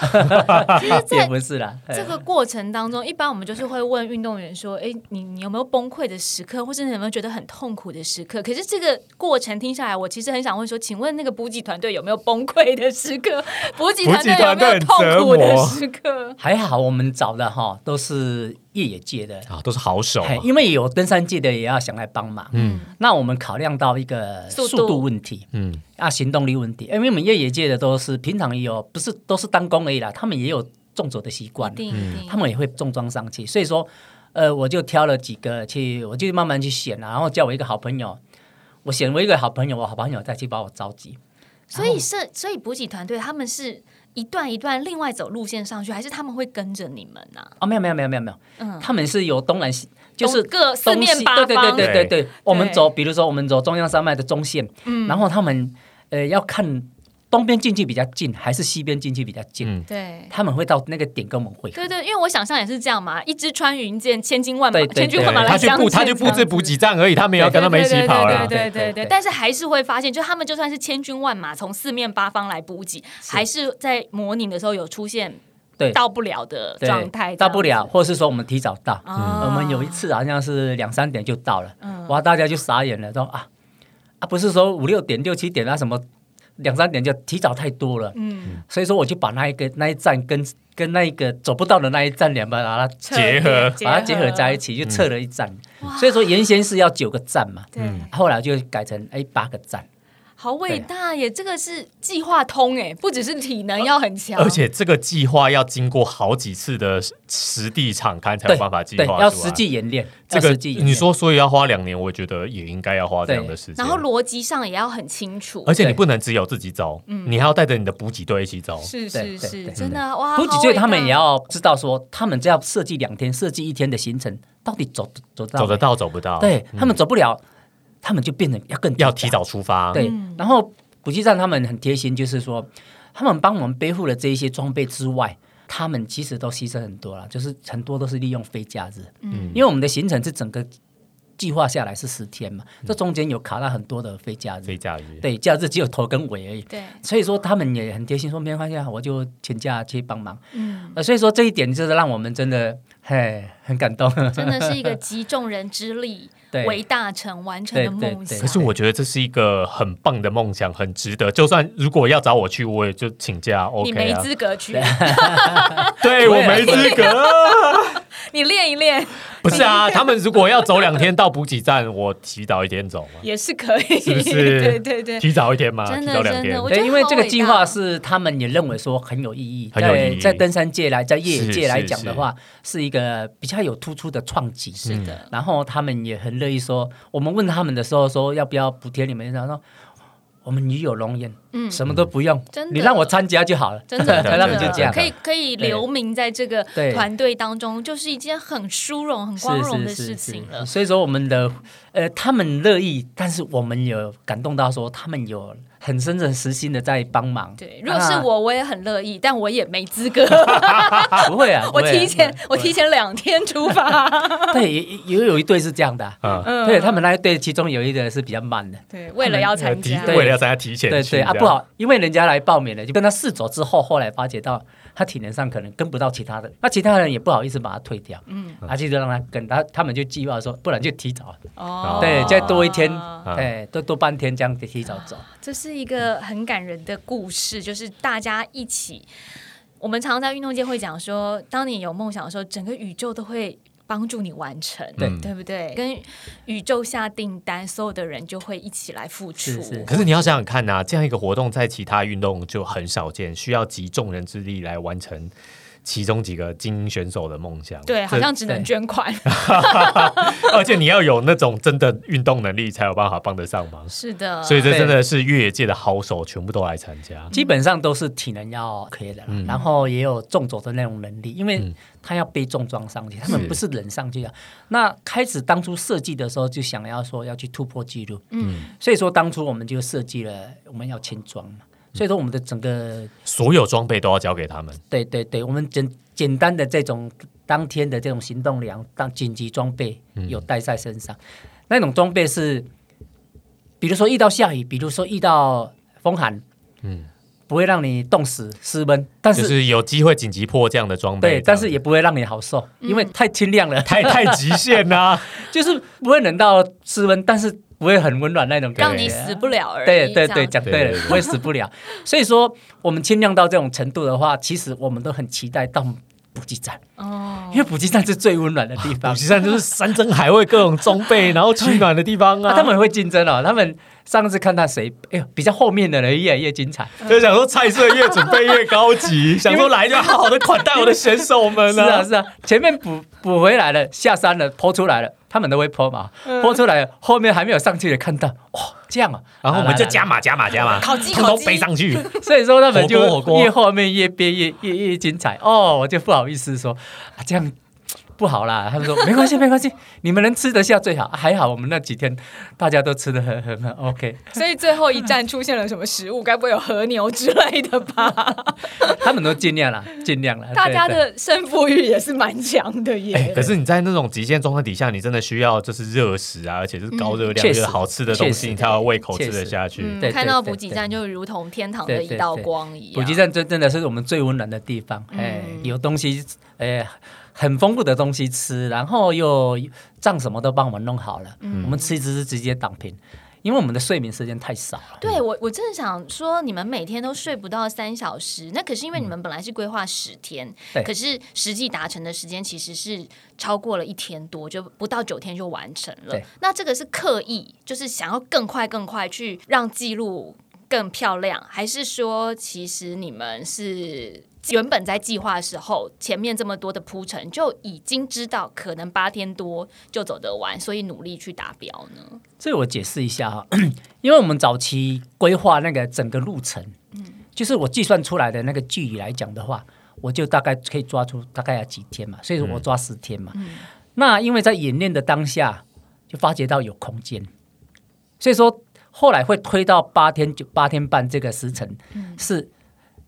其实，
也
在
不是啦。
这
哎
个过程当中，一般我们就是会问运动员说：“哎，你你有没有崩溃的时刻，或是你有没有觉得很痛苦的时刻？”可是这个过程听下来，我其实很想问说，请问那个补给团队有没有崩溃的时刻？ 补给团队有没有痛苦的时刻？
哎还好我们找的哈都是越野界的，
啊，都是好手、啊
哎。因为有登山界的也要想来帮忙。
嗯
那我们考量到一个
速度
速度问题，
嗯，
啊，行动力问题，因为我们越野界的都是平常也有，不是都是当工而已啦，他们也有重走的习惯
一，定
嗯
一
他
定，
们也会重装上去，所以说，呃，我就挑了几个去，我就慢慢去选啊，然后叫我一个好朋友，我选我一个好朋友，我好朋友再去把我召集，
所以是所以补给团队他们是一段一段另外走路线上去，还是他们会跟着你们呢、
啊，没有没有没有没有没有，
嗯，
他们是由东南西，就是
东各四
东
面
西，
八
对
方，
对对对对对，我们走，比如说我们走中央山脉的中线，
嗯
然后他们呃要看东边进去比较近，还是西边进去比较近，
嗯
对
他们会到那个点跟我们会合。
对对，因为我想象也是这样嘛，一支穿云箭，千军万马，
对对
千军
对
万马来
他去
相
布
见，
他去布置补给站而已，他们也要
这
跟他
样子，
们一起跑啊啦。
对对对对对对对
对对对
但是还是会发现，就他们就算是千军万马从四面八方来补给，还是在模拟的时候有出现
对
到不了的状态，
对，到不了，嗯或是说我们提早到。
这样子。哦嗯
我们有一次好像是两三点就到了，哇，大家就傻眼了，说啊啊，不是说五六点、六七点啊什么，两三点就提早太多了。
嗯，
所以说，我就把那一个那一站跟跟那一个走不到的那一站两边把它
结合
把它结合在一
起，
起，就
嗯
测了一站。所以说，原先是要九个站嘛，
对，
嗯
后来就改成哎八个站。
好伟大耶！这个是计划通哎，不只是体能要很强，
而且这个计划要经过好几次的实实地场勘才
对
有办法计划
对，
出来。
要实际演练，
这
要
个
实际演练
你说，所以要花两年，我觉得也应该要花这样的时间。
然后逻辑上也要很清楚
而。且你
对
不能只有自己招，你还要带着你的补给队一起招。
是
对
是
对
是，
对
真的哇！
补给
啊好
队
伟大
他们也要知道说，他们这样设计两天、设计一天的行程，到底走走到
走得
没，
到走不到，
对他们走不了，他们就变成要更
要提早出发。
对，
嗯
然后补给站他们很贴心，就是说他们帮我们背负了这一些装备之外，他们其实都牺牲很多了，就是很多都是利用非假日，
嗯
嗯，因为我们的行程是整个计划下来是十天嘛，这中间有卡了很多的非假日，
嗯非假日，
对，假日只有头跟尾而已。
对，
所以说他们也很贴心，说没关系啊，我就请假去帮忙。
嗯，
呃，所以说这一点就是让我们真的嘿很感动。
真的是一个集众人之力
对
为大成完成的梦想。
对对对
可是我觉得这是一个很棒的梦想，很值得。就算如果要找我去，我也就请假
你
，OK
没
啊？
资格去，
对我
我也
没资格。
你练 一练
不是啊，他们如果要走两天到补给站，我提早一天走 嘛，
也是可以，
是不是？
对 对对，
提早一天嘛，
真
提
的
早两
真
天
的。我觉得
对，因为这个
好伟大
计划是他们也认为说很有意义，
很有意义
在在登山界来，在业
是
界来
是
讲的
是嗯
话，是一个比较有突出的创举。是
是的，
然后他们也很乐意说，我们问他们的时候说要不要补贴你们，然后说我们与有容颜，
嗯
什么都不用，
真的
你让我参加就好了，
真 的，
他
那
们就这
真的
样
可。以可以留名在这个
对
团队当中，就是一件很殊荣、很光荣的事情了。
所以说我们的呃，他们乐意，但是我们有感动到说，他们有很真正实心的在帮忙。
对，如果是
啊
我，我也很乐意，但我也没资 格。
不会 啊，不
我
会啊
提前，
不
我
会
提前两天出发。
对也也也有一队是这样的啊、
啊，
嗯
对他们那一队，其中有一个是比较慢的，
对，为了要参
呃提
加，
对
为了要参加提前
对
去
对啊，
这样
不好，因为人家来报名了，就跟他试走之后，后来发觉到他体能上可能跟不到其他人，那其他人也不好意思把他退掉，嗯，啊，就让他跟他他们就计划说，不然就提早，
哦
对再多一天
啊
哎，多多半天这样提早走，
这是一个很感人的故事，就是大家一起。我们常常在运动界会讲说，当你有梦想的时候，整个宇宙都会帮助你完成，
对
对不对？跟宇宙下订单，所有的人就会一起来付出。
是是
可是你要想想看呐、啊这样一个活动在其他运动就很少见，需要集众人之力来完成其中几个精英选手的梦想。
对，
这
好像只能 捐款。
而且你要有那种真的运动能力，才有办法帮得上忙。
是的，
所以这真的是越野界的好手，全部都来参加。
啊基本上都是体能要可以的啦，然后也有重走的那种能力，因为他要背重装上去，他
是
们不是人上去啊。那开始当初设计的时候就想要说要去突破记录，嗯，所以说当初我们就设计了我们要轻装嘛，所以说我们的整个
所有装备都要交给他们。
对对对，我们简简单的这种当天的这种行动粮当紧急装备有带在身上，那种装备是，比如说遇到下雨，比如说遇到风寒，嗯，不会让你冻死失温，但是、
就是有机会紧急破这样的装备，
对，但是也不会让你好受，
嗯
因为太清亮了，
太太极限啊啦、
就是不会冷到失温，但是不会很温暖那种感
让
觉，
你死不了而已。
对对
这
对，
样
讲
子
对
对对
了，我也死不了。所以说，我们轻量到这种程度的话，其实我们都很期待到补给站，
哦
因，为补给站是最温暖的地方
哦补。给站就是山珍海味、各种装备，然后取暖的地方啊。
啊、他们会竞争哦，他们上次看到谁，哎呦，比较后面的人越来越精彩。
就想说菜色越准备越高级，想说来就好好的款待我的选手们
是啊，是啊，前面补补回来了，下山了，泼出来了，他们都会泼嘛，
嗯
泼出来了，后面还没有上去的看到，哇、这样啊，
然后我们就加
啊。
码加码加码，
烤鸡
通通
烤鸡
背上去。
来来所以说他们就
火锅火锅
越后面越憋越越越精彩哦，我就不好意思说啊，这样不好啦。他们说没关系没关系，你们能吃得下最好，还好我们那几天大家都吃的很很很 OK。
所以最后一站出现了什么食物？该不会有和牛之类 的吧？
他们都尽量啦，尽量啦。
大
对
家
对
的胜负欲也是蛮强的耶。
哎、可是你在那种极限状态底下，你真的需要就是热食啊，而且是高热量、
嗯确
就
实
是好吃的东
确
西，
实
你才有胃口
确
吃
实
得下去。
嗯
对对
看到
对
补给
对
站就如同天堂
对
的
对
一道
对
光一样。
补给站真真的是我们最温暖的地方，哎、
嗯
有东西，呃，很丰富的东西吃，然后又账什么都帮我们弄好了，
嗯
我们吃一吃是直接躺平，因为我们的睡眠时间太少了。
对我，我真的想说，你们每天都睡不到三小时，那可是因为你们本来是规划十天，
嗯对
可是实际达成的时间其实是超过了一天多，就不到九天就完成了
对。
那这个是刻意，就是想要更快更快去让记录更漂亮，还是说其实你们是？原本在计划的时候，前面这么多的铺陈就已经知道可能八天多就走得完，所以努力去达标呢。
这我解释一下哈， 因为我们早期规划那个整个路程，就是我计算出来的那个距离来讲的话，我就大概可以抓出大概要几天嘛，所以我抓十天嘛。那因为在演练的当下就发觉到有空间，所以说后来会推到八天九八天半这个时辰，是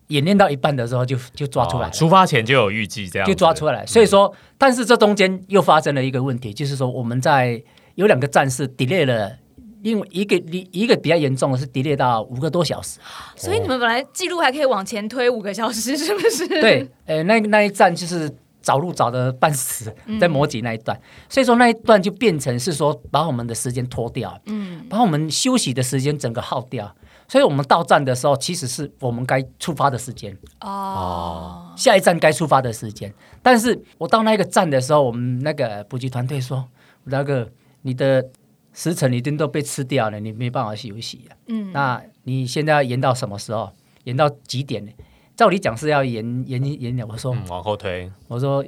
演练到一半的时候就就抓出来
哦
了。
出发前就有预计这样子，嗯
就抓出来了。所以说，但是这中间又发生了一个问题，就是说我们在有两个战士 delay 了。另外一个一一个比较严重的是 delay 到五个多小时，
所以你们本来记录还可以往前推五个小时， 是不是？
对，呃，那那一站就是找路找的半死，在摩羯那一段，所以说那一段就变成是说把我们的时间拖掉，嗯，把我们休息的时间整个耗掉，所以我们到站的时候其实是我们该出发的时间，
哦，
下一站该出发的时间。但是我到那个站的时候，我们那个补给团队说，那个你的时辰已经都被吃掉了，你没办法休息啊。
嗯，
那你现在要延到什么时候？延到几点呢？照理讲是要延延延了。我说、
嗯，往后推，
我说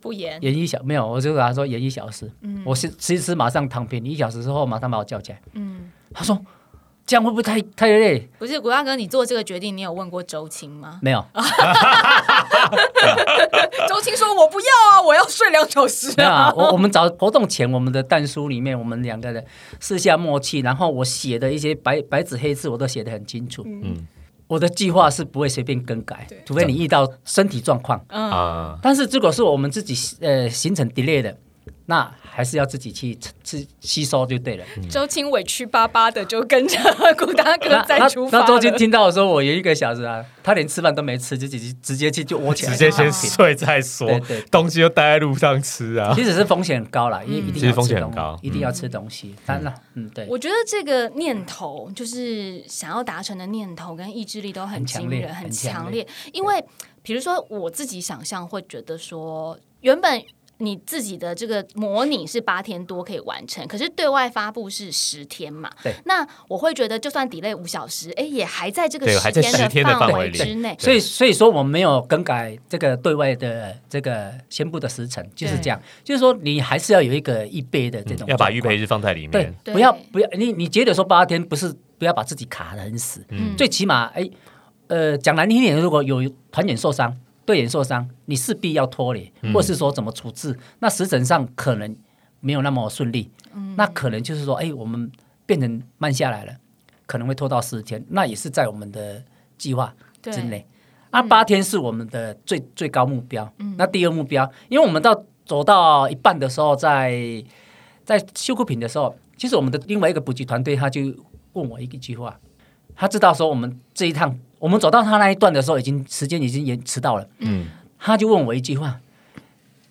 不严，
延一小没有，我就给他说延一小时。我是吃一吃马上躺平，你一小时之后马上把我叫起来。
嗯，
他说这样会不会太太累？
不是古大哥，你做这个决定，你有问过周青吗？
没有，
周青说：“我不要啊，我要睡两小时
没有啊，我我们找活动前，我们的蛋书里面，我们两个人私下默契，然后我写的一些白白纸黑字，我都写得很清楚。
嗯
我的计划是不会随便更改，除非你遇到身体状况。
嗯，
啊，
但是如果是我们自己呃行程 delay 的，那还是要自己去去吸收就对了。
周青委屈巴巴的就跟着古大哥
那
在
那
出发
那
了。
周天听到的时候，我有一个小时啊，他连吃饭都没吃，就直接直接去就窝起来，
直接先睡再说
对对，
东西就待在路上吃啊。
其实是风险很高啦，
嗯
因为一定
其实
要
风
吃
险
东
很高
一定要吃东西。当然，嗯，对。
我觉得这个念头，就是想要达成的念头跟意志力都很
很
惊
强烈
人，很
很
强
强
烈。因为比如说我自己想象会觉得说，原本你自己的这个模拟是八天多可以完成，可是对外发布是十天嘛。
对。
那我会觉得，就算 delay 五小时，哎，也还在这个
对还在10天的
范
范
围
围
之
里
内。
所以，所以说我们没有更改这个对外的这个宣布的时辰，就是这样。就是说，你还是要有一个预备的这种、
要把预备。日放在里
对
面，，
对
不要不要，你你觉得说八天不是不要把自己卡得很死，最起码哎，呃，讲难听点，如果有团员受伤、队员受伤，你势必要脱离，
嗯
或是说怎么处置，那时辰上可能没有那么顺利，那可能就是说，哎，我们变成慢下来了，可能会拖到十天，那也是在我们的计划。之
对，
内。啊，八天是我们的最最高目标。那第二目标，因为我们到走到一半的时候在，在修库品的时候，其实我们的另外一个补给团队他就问我一句话，他知道说我们这一趟我们走到他那一段的时候，已经时间已经延迟到了，
嗯，
他就问我一句话，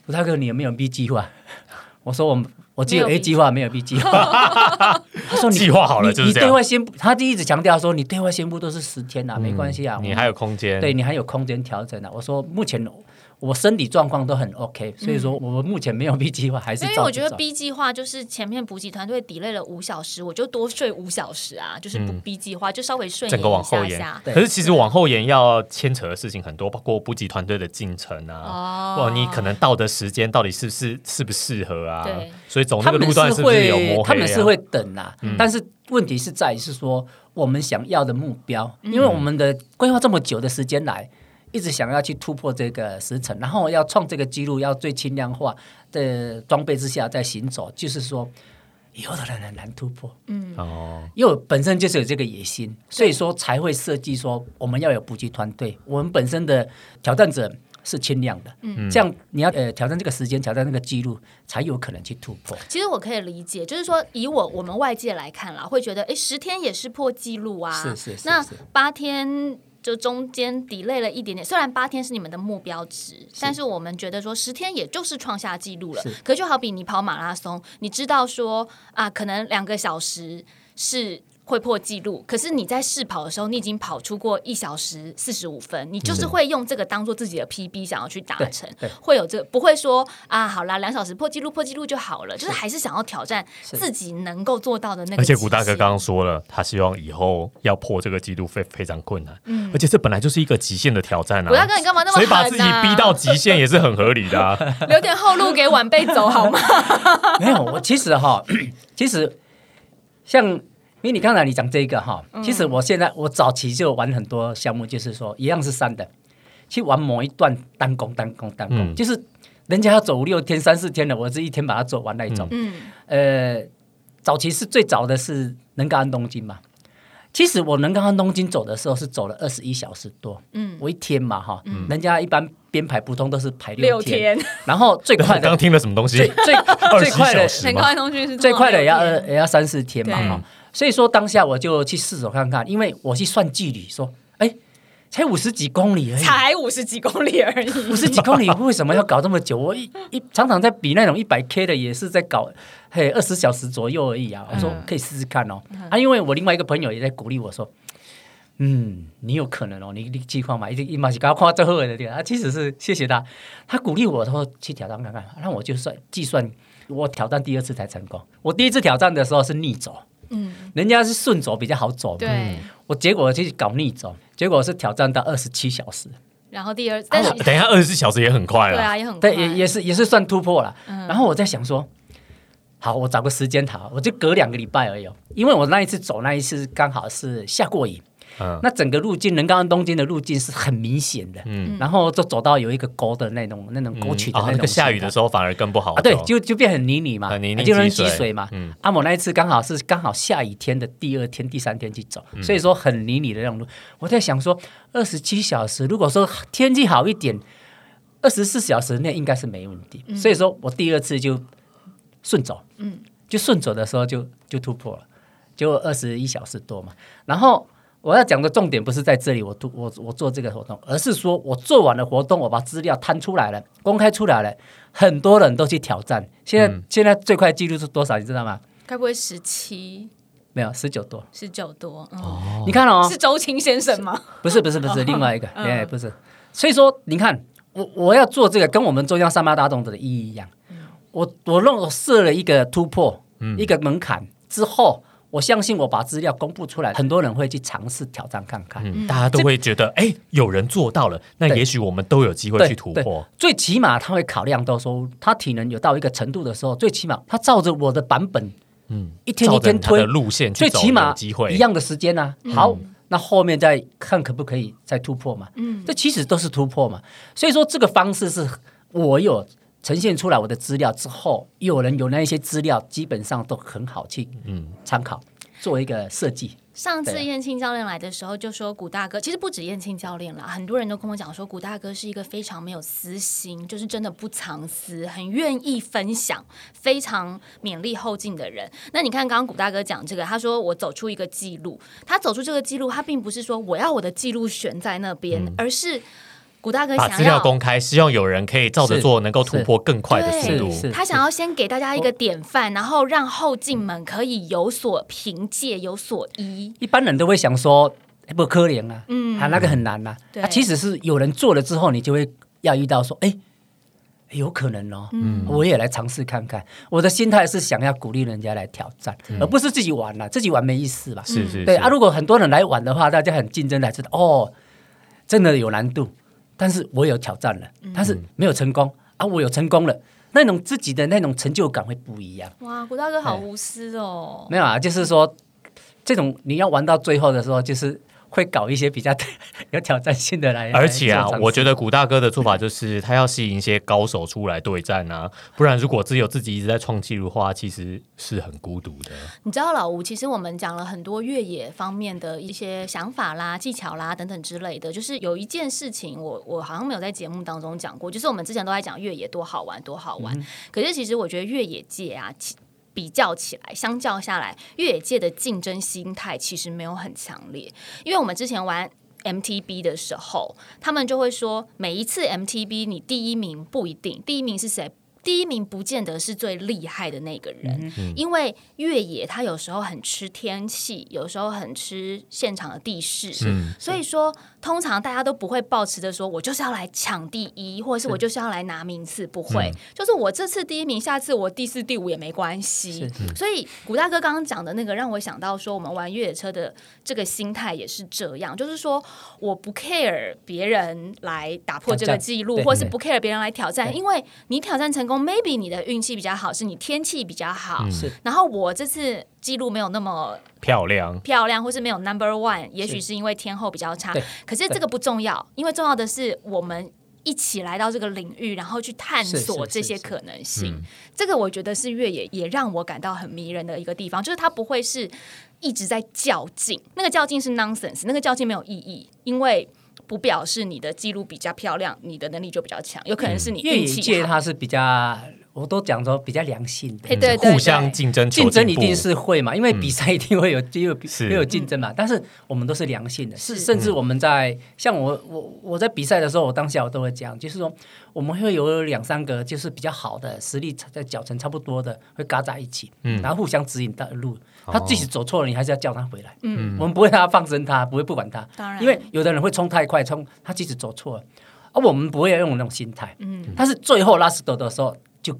吴大哥，你有没有 B 计划？ 我说我们我只有
没有
A 计划，没有 B 计划。他说你
计 划好了
你
就是
你
这样嗯
对外宣布，他就一直强调说你对外宣布都是十天啊，没关系啊，我
你
们
还有空间，
对你还有空间调整的、啊我说目前我身体状况都很 OK，所以说我目前没有 B 计划，还是
因为
照
嗯我
着
觉得
走
B 计划就是前面补给团队 delay 了五小时，我就多睡五小时啊，就是不 B 计划就稍微顺
嗯整个
延一
往后
下
延
下。。
对
可是其实往后延要牵扯的事情很多，包括补给团队的进程啊。
哦
哇，你可能到的时间到底是不是适不适合啊
对？
所以走那
他
个
们
路段是不是有
会
磨黑、啊嗯
他们是会等啦、但是问题是在于是说我们想要的目标，因为我们的规划这么久的时间来。一直想要去突破这个时辰，然后要创这个记录，要最轻量化的装备之下再行走，就是说以后的人很难突破。
哦，
因为我本身就是有这个野心，所以说才会设计说我们要有补给团队。我们本身的挑战者是轻量的，嗯，这样你要呃挑战这个时间，挑战那个记录，才有可能去突破。
其实我可以理解，就是说以我我们外界来看啦，会觉得哎，十天也是破纪录啊。
是是是
那
是
八天就中间 delay 了一点点。虽然八天是你们的目标值，但是我们觉得说十天也就是创下纪录了
是。
可就好比你跑马拉松，你知道说啊，可能两个小时是。会破纪录，可是你在试跑的时候，你已经跑出过一小时四十五分，你就是会用这个当做自己的 PB，想要去达
对
成。
对
会有这不会说啊，好啦，两小时破纪录破纪录就好了，就是还是想要挑战自己能够做到的那个
而
极限。
且古大哥刚刚说了，他希望以后要破这个记录非非常困难，
嗯
而且这本来就是一个极限的挑战啊。
古大哥，你干嘛那么
所以
狠
把
啊？
自己逼到极限也是很合理的 啊。
留点后路给晚辈走好吗？
没有，我其实哈， 其实像因为你刚才你讲这个哈，其
嗯
实我现在我早期就玩很多项目，就是说一样是三的，去玩某一段单攻单攻单攻，
嗯
就是人家要走五六天三四天的，我是一天把它走完那一种。
嗯，
呃，早期是最早的是能干东京嘛。其实我能干东京走的时候是走了二十一小时多，
嗯
嗯，我一天嘛哈，人家一般编排普通都是排
六
天，
天，
然后最
我
快
啊 刚
的
听了什么东
最
西？
最最快
小
的
时
陈
吗
高安同学是
最快的也要哎
六
二
天
也要三四天嘛
对
哈。所以说当下我就去试手看看，因为我去算距离，说哎，才五十几公里而已。
才五十几公 里而已，
五十几公里为什么要搞这么久？我一一常常在比那种一百 K 的，也是在搞嘿二十小时左右而已啊。我说
嗯
可以试试看哦，啊，因为我另外一个朋友也在鼓励我说，嗯，你有可能哦，你你计划嘛，一一马是搞夸最后的对啊，其实是谢谢他，他鼓励我说去挑战看看，那我就算计算。我挑战第二次才成功。我第一次挑战的时候是逆走，
嗯，
人家是顺走比较好走嘛。
对。
我结果去搞逆走，结果是挑战到二十七小时。
然后第二，但是
哦等一下，二十四小时也很快
对
了。
啊，也很快
哦啊对，也也是也是算突破了。
嗯
然后我在想说，好，我找个时间好，我就隔两个礼拜而已哦，因为我那一次走那一次刚好是下过雨，
嗯
那整个路径能干东京的路径是很明显的，
嗯，
然后就走到有一个沟的那种那种沟渠的
啊
那
那
种
个
形态、
下雨的时候反而更不好
啊，
走。
对，就就变很泥泞嘛，
很泥泞
就容易
积
积
水
水嘛。
嗯
阿、啊、我那一次刚好是刚好下雨天的第二天、第三天去走，
嗯
所以说很泥泞的那种路。我在想说，二十七小时，如果说天气好一点，二十四小时内应该是没问题。所以说我第二次就顺走，嗯，就顺走的时候就就突破了，就二十一小时多嘛。然后我要讲的重点不是在这里，我突我我做这个活动，而是说我做完了活动，我把资料摊出来了，公开出来了，很多人都去挑战。现在、现在最快记录是多少？你知道吗？
该不会十七、
没有十九多。
十九多？嗯，
你看哦，
是周青先生吗？
不是不是不 是、
哦
另外一个，
嗯
哎、不是。所以说，你看我我要做这个，跟我们中央三八大动作的意义一样。我我弄我设了一个突破，一个门槛之后，我相信我把资料公布出来，很多人会去尝试挑战看看。
嗯，大家都会觉得，哎，有人做到了，那
对
也许我们都有机会
对
去突
对
破。
最起码他会考量到说，他体能有到一个程度的时候，最起码他照着我的版本，
嗯，
一天一
照着
天
他的
推，
路线去
最
走，
起
有
码
机会嗯
一。样的时间啊。好，那后面再看可不可以再突破嘛？
嗯
这其实都是突破嘛。所以说这个方式是我有呈现出来我的资料之后，有人有那一些资料，基本上都很好去
嗯
参考，作为一个设计。
上次
对
燕青教练来的时候就说古大哥，其实不止燕青教练啦，很多人都跟我讲说古大哥是一个非常没有私心，就是真的不藏私，很愿意分享，非常勉励后进的人。那你看刚刚古大哥讲这个，他说我走出一个记录，他走出这个记录，他并不是说我要我的记录悬在那边，而是古大哥
嗯把
想
资料
要。
公开，希望有人可以照着
是
做，能够突
是
破更快的速
对
度。
是
他想要先给大家一个典范，然后让后进们可以有所凭借、有所依。
一般人都会想说，哎不可怜啊，嗯，啊那个很难呐、
对
啊。其实是有人做了之后，你就会要遇到说，哎。有可能哦，我也来尝试看看。我的心态是想要鼓励人家来挑战，而不是自己玩了、啊自己玩没意思吧？
嗯是是
对
是
啊，如果很多人来玩的话，大家很竞争来知道哦，真的有难度，但是我有挑战了，但是没有成功啊，我有成功了，那种自己的那种成就感会不一样。
哇，古大哥好
对
无私哦！
没有啊，就是说，这种你要玩到最后的时候，就是会搞一些比较 有挑战性的来。
而且啊，我觉
得
得古大哥的做法就是他要吸引一些高手出来对战啊，不然如果只有自己一直在创纪录的话，其实是很孤独的。
你知道老吴，其实我们讲了很多越野方面的一些想法啦、技巧啦等等之类的。就是有一件事情我，我好像没有在节目当中讲过，就是我们之前都在讲越野多好玩、多好玩。可是其实我觉得越野界啊，其比较起来，相较下来，越野界的竞争心态其实没有很强烈，因为我们之前玩。 MTB 的时候，他们就会说，每一次 MTB 你第一名不一定，第一名是谁？第一名不见得是最厉害的那个人，因为越野它有时候很吃天气，有时候很吃现场的地势，所以说通常大家都不会抱持着说我就是要来抢第一，或者是我就是要来拿名次，不会，
嗯
就是我这次第一名，下次我第四、第五也没关系。所以古大哥刚刚讲的那个让我想到说，我们玩越野车的这个心态也是这样，就是说我不 care 别人来打破这个记录，
对
或是
对
不 care 别人来挑战，
对
因为你挑战成功，maybe 你的运气比较好，是你天气比较好。
嗯是
然后我这次记录没有那么
漂亮，
漂亮，或是没有 number one，也许
是
是因为天候比较差
对。
可是这个不重要，因为重要的是我们一起来到这个领域，然后去探索
是是
这些
是是
可能性。这个我觉得是越野也让我感到很迷人的一个地方，就是它不会是一直在较劲，那个较劲是 nonsense，那个较劲没有意义，因为。不表示你的记录比较漂亮，你的能力就比较强，有可能是你
越
运
野
气
界
好。
它是比较，我都讲说比较良性的
哎、。对对对，
互相竞争，
竞争
求
一
进步嗯
定是会嘛，因为比赛一定会有就有
是嗯
会有竞争嘛。但是我们都是良性的，是
是
甚至我们在像我我我在比赛的时候，我当下我都会讲，就是说我们会有两三个就是比较好的实力在脚程差不多的会嘎在一起，
嗯
然后互相指引道路。
哦
他即使走错了，你还是要叫他回来。嗯，我们不会让他放生他，不会不管他。
当然
因为有的人会冲太快，冲他即使走错了，而我们不会用那种心态。嗯，但是最后拉斯德的时候就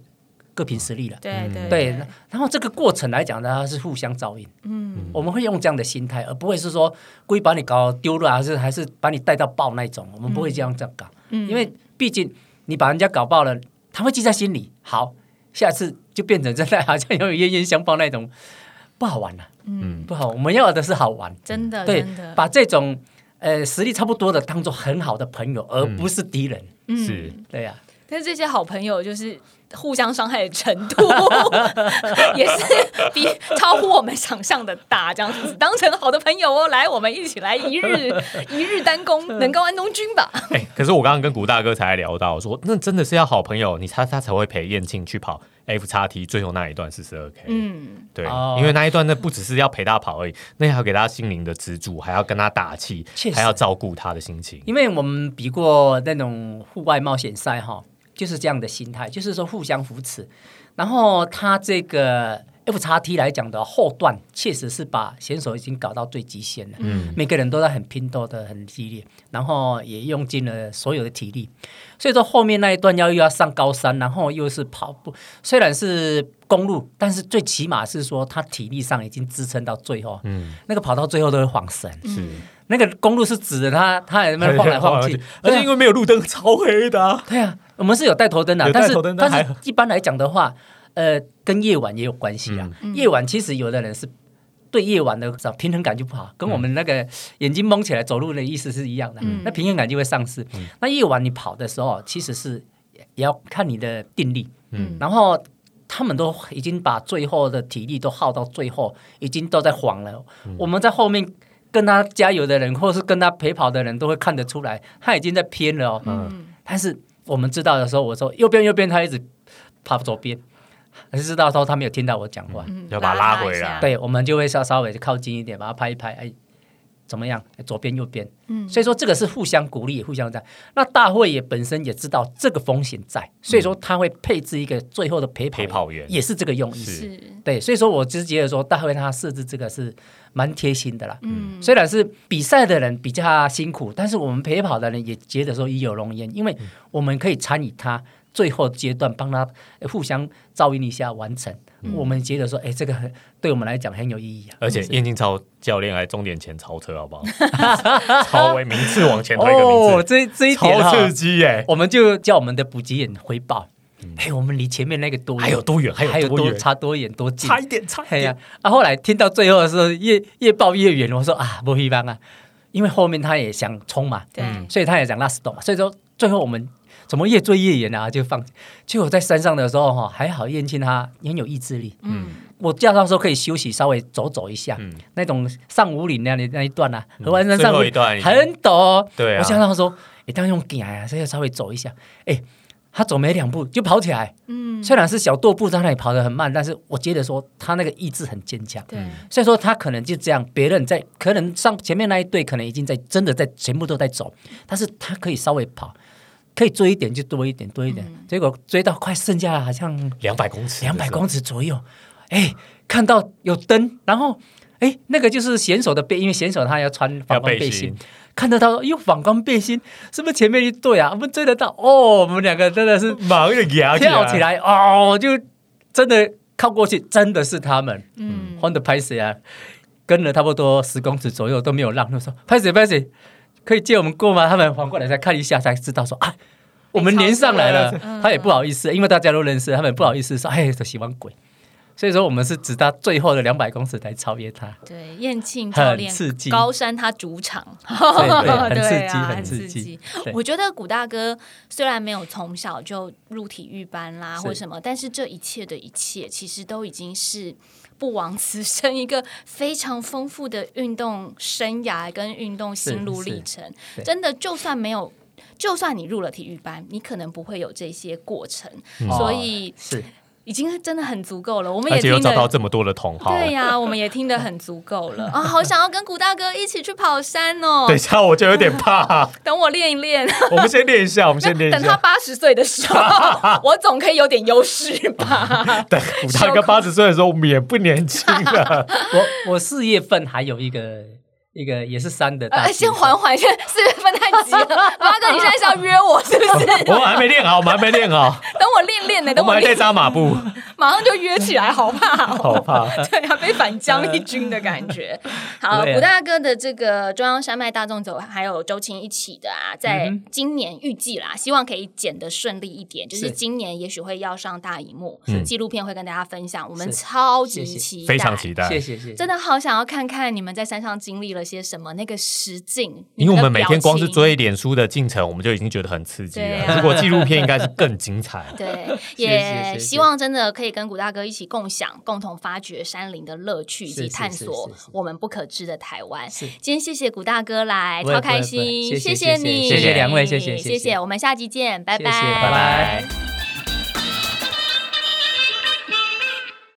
各凭实力了。
对对
对，那然后这个过程来讲呢，它是互相照应。嗯，我们会用这样的心态，而不会是说故意把你搞丢了，还是还是把你带到爆那一种。我们不会这样这样搞，
嗯
因为毕竟你把人家搞爆了，他会记在心里。好，下次就变成真的好像有冤冤相报那种，不好玩了、嗯，不好，我们要的是好玩。
真的
对
真的，，
把这种呃实力差不多的当做很好的朋友，而不是敌人。
嗯
是
对啊呀、
但是这些好朋友就是互相伤害的程度， 也是比超乎我们想象的大。这样子当成好的朋友哦，来，我们一起来一 日一日单攻，能够安东君吧？
哎、可是我刚刚跟古大哥才聊到说，那真的是要好朋友，你他他才会陪燕庆去跑 F 叉 T 最后那一段四十二 K。
嗯，
对，
哦
因为那一段那不只是要陪他跑而已，那还要给他心灵的支柱，还要跟他打气
确，实
还要照顾他的心情。
因为我们比过那种户外冒险赛哈，就是这样的心态，就是说互相扶持。然后他这个 F 叉 T 来讲的后段，确实是把选手已经搞到最极限了。嗯，每个人都在很拼斗的很激烈，然后也用尽了所有的体力。所以说后面那一段要又要上高山，然后又是跑步，虽然是公路，但是最起码是说他体力上已经支撑到最后。嗯，那个跑到最后都会晃神。
是，
那个公路是直的，他他还在嗯那边晃来晃去，
而且
对
因
啊，
为没有路灯，超黑的啊、
对啊，我们是有带头灯的
有，带
但是
头灯但
但
还
是一般来讲的话，呃，跟夜晚也有关系啊。
嗯
夜晚其实有的人是对夜晚的平衡感就不好，
嗯
跟我们那个眼睛蒙起来走路的意思是一样的，那平衡感就会丧失。
嗯
那夜晚你跑的时候，其实是也也要看你的定力，
嗯
然后。他们都已经把最后的体力都耗到最后，已经都在晃了。我们在后面跟他加油的人，或是跟他陪跑的人，都会看得出来，他已经在偏了哦。
嗯
但是我们知道的时候，我说右边右边，他一直跑左边，还是知道说他没有听到我讲话。
要把他拉回
嗯拉他一下
来。
对，我们就会稍稍微靠近一点，把它拍一拍，哎，怎么样？哎左边右边，嗯，所以说这个是互相鼓励，互相在。那大会也本身也知道这个风险在，所以说他会配置一个最后的陪跑
陪跑员
也 是这个用意。
是
是，
对，所以说我直接说大会他设置这个是蛮贴心的啦。
嗯，
虽然是比赛的人比较辛苦，但是我们陪跑的人也觉得说与有荣焉，因为我们可以参与他最后阶段，帮他呃互相照应一下完成。我们觉得说，哎，这个很对我们来讲很有意义啊。
而且燕京超教练还终点前超 车，好不好？超为名次往前推一个
哦，
名次，
这这一点
超
哈，哦
刺激耶、
我们就叫我们的补给员回报，哎，我们离前面那个多远
还有多远？
还
还有
有
多
多
远？
差多远多近？
一点，差
哎呀、啊！后来听到最后的时候，越越抱越远。我说啊，不一般啊，因为后面他也想冲嘛，
对，
嗯
所以他也想拉 a s 嘛，所以说最后我们怎么越追越远啊，就放。结果在山上的时候哈，还好燕青他很有意志力，
嗯，
我叫他说可以休息，稍微走走一下，
嗯
那种上五岭那里那一段啊，合欢山上
最后
五
一段已经
很陡哦、
对啊
我叫他说，你当然用走啊，所以稍微走一下，哎。他走没两步就跑起来。
嗯，
虽然是小踱步，在那里跑得很慢，但是我觉得说他那个意志很坚强。
嗯
对，
所以说他可能就这样，别人在可能上前面那一队可能已经在真的在全部都在走，但是他可以稍微跑，可以追一点就多一点多一点，
嗯
结果追到快剩下好像
两百公尺，
两百公尺左右，哎，看到有灯，然后哎那个就是选手的背，因为选手他要穿
要
反光
背
背
心
心。看得到，又反光背心，是不是前面一队啊？我们追得到哦，我们两个真的是
马上就摇
跳起，来哦，就真的靠过去，真的是他们。
嗯，
换的拍谁啊？跟了差不多十公尺左右都没有让，就说拍谁拍谁，可以借我们过吗？他们缓过来再看一下，才知道说啊，我们连上来了
被超过了。
他也不好意思，因为大家都认识，他们也不好意思说哎，这喜欢鬼。所以说我们是直到最后的两百公尺才超越他，
对，燕庆教练
很刺激
高山他主场，
对很刺激
啊，
很
很
刺激
激
对。
我觉得古大哥虽然没有从小就入体育班啦
是
或什么，但是这一切的一切，其实都已经是不枉此生 一个非常丰富的运动生涯跟运动心路
是是
历程。
对
真的，就算没有。就算你入了体育班，你可能不会有这些过程，
嗯
所以
是
已经真的很足够了。我们也
而且又
听
找
得
到这么多的同好。
对呀、我们也听得很足够了啊、好想要跟古大哥一起去跑山哦
等一！下我就有点怕，
等我练一练，
我们先练一下，我们先练
等
一
他
下。
八十岁的时 候，我总可以有点优势吧？
等古大哥八十岁的时候，我们也不年轻了。
我我四月份还有一个一个也是山的大
呃，
比赛，
先缓缓，先四月份太急了。八哥，你现在是要约我是不 是？
我们还没练好，我们还没练好，
等我练练呢，
我
等
们还在
练，
扎马步，
马上就约起来，好怕哦。
好怕。
对啊，被反将一军的感觉。
嗯
好，
对啊
古大哥的这个中央山脉大众走，还有周青一起的啊，在
嗯哼
今年预计啦，希望可以剪得顺利一点。就是
是
今年也许会要上大荧幕
嗯，
纪录片会跟大家分享，我们
是
超
谢
级
谢
期待，
非常期待，
谢谢谢谢，
真的好想要看看你们在山上经历了些什么，那个实境，
因为我们
你
每
的表
天光是
情。
追脸书的进程，我们就已经觉得很刺激
对
了。
啊
如果纪录片应该是更精彩。
对，
谢谢谢
也
谢
希望真的可以跟古大哥一起共享、共同发掘山林的乐趣，以
是
及
是
探
是
索
是是
我们不可知的台湾。
是
今天谢谢古大哥来，
不会
超开
不会不会
心，
谢谢
谢
谢谢
你，
谢谢两位谢谢
谢
谢
谢，
谢
我们下集见，拜
谢谢拜拜。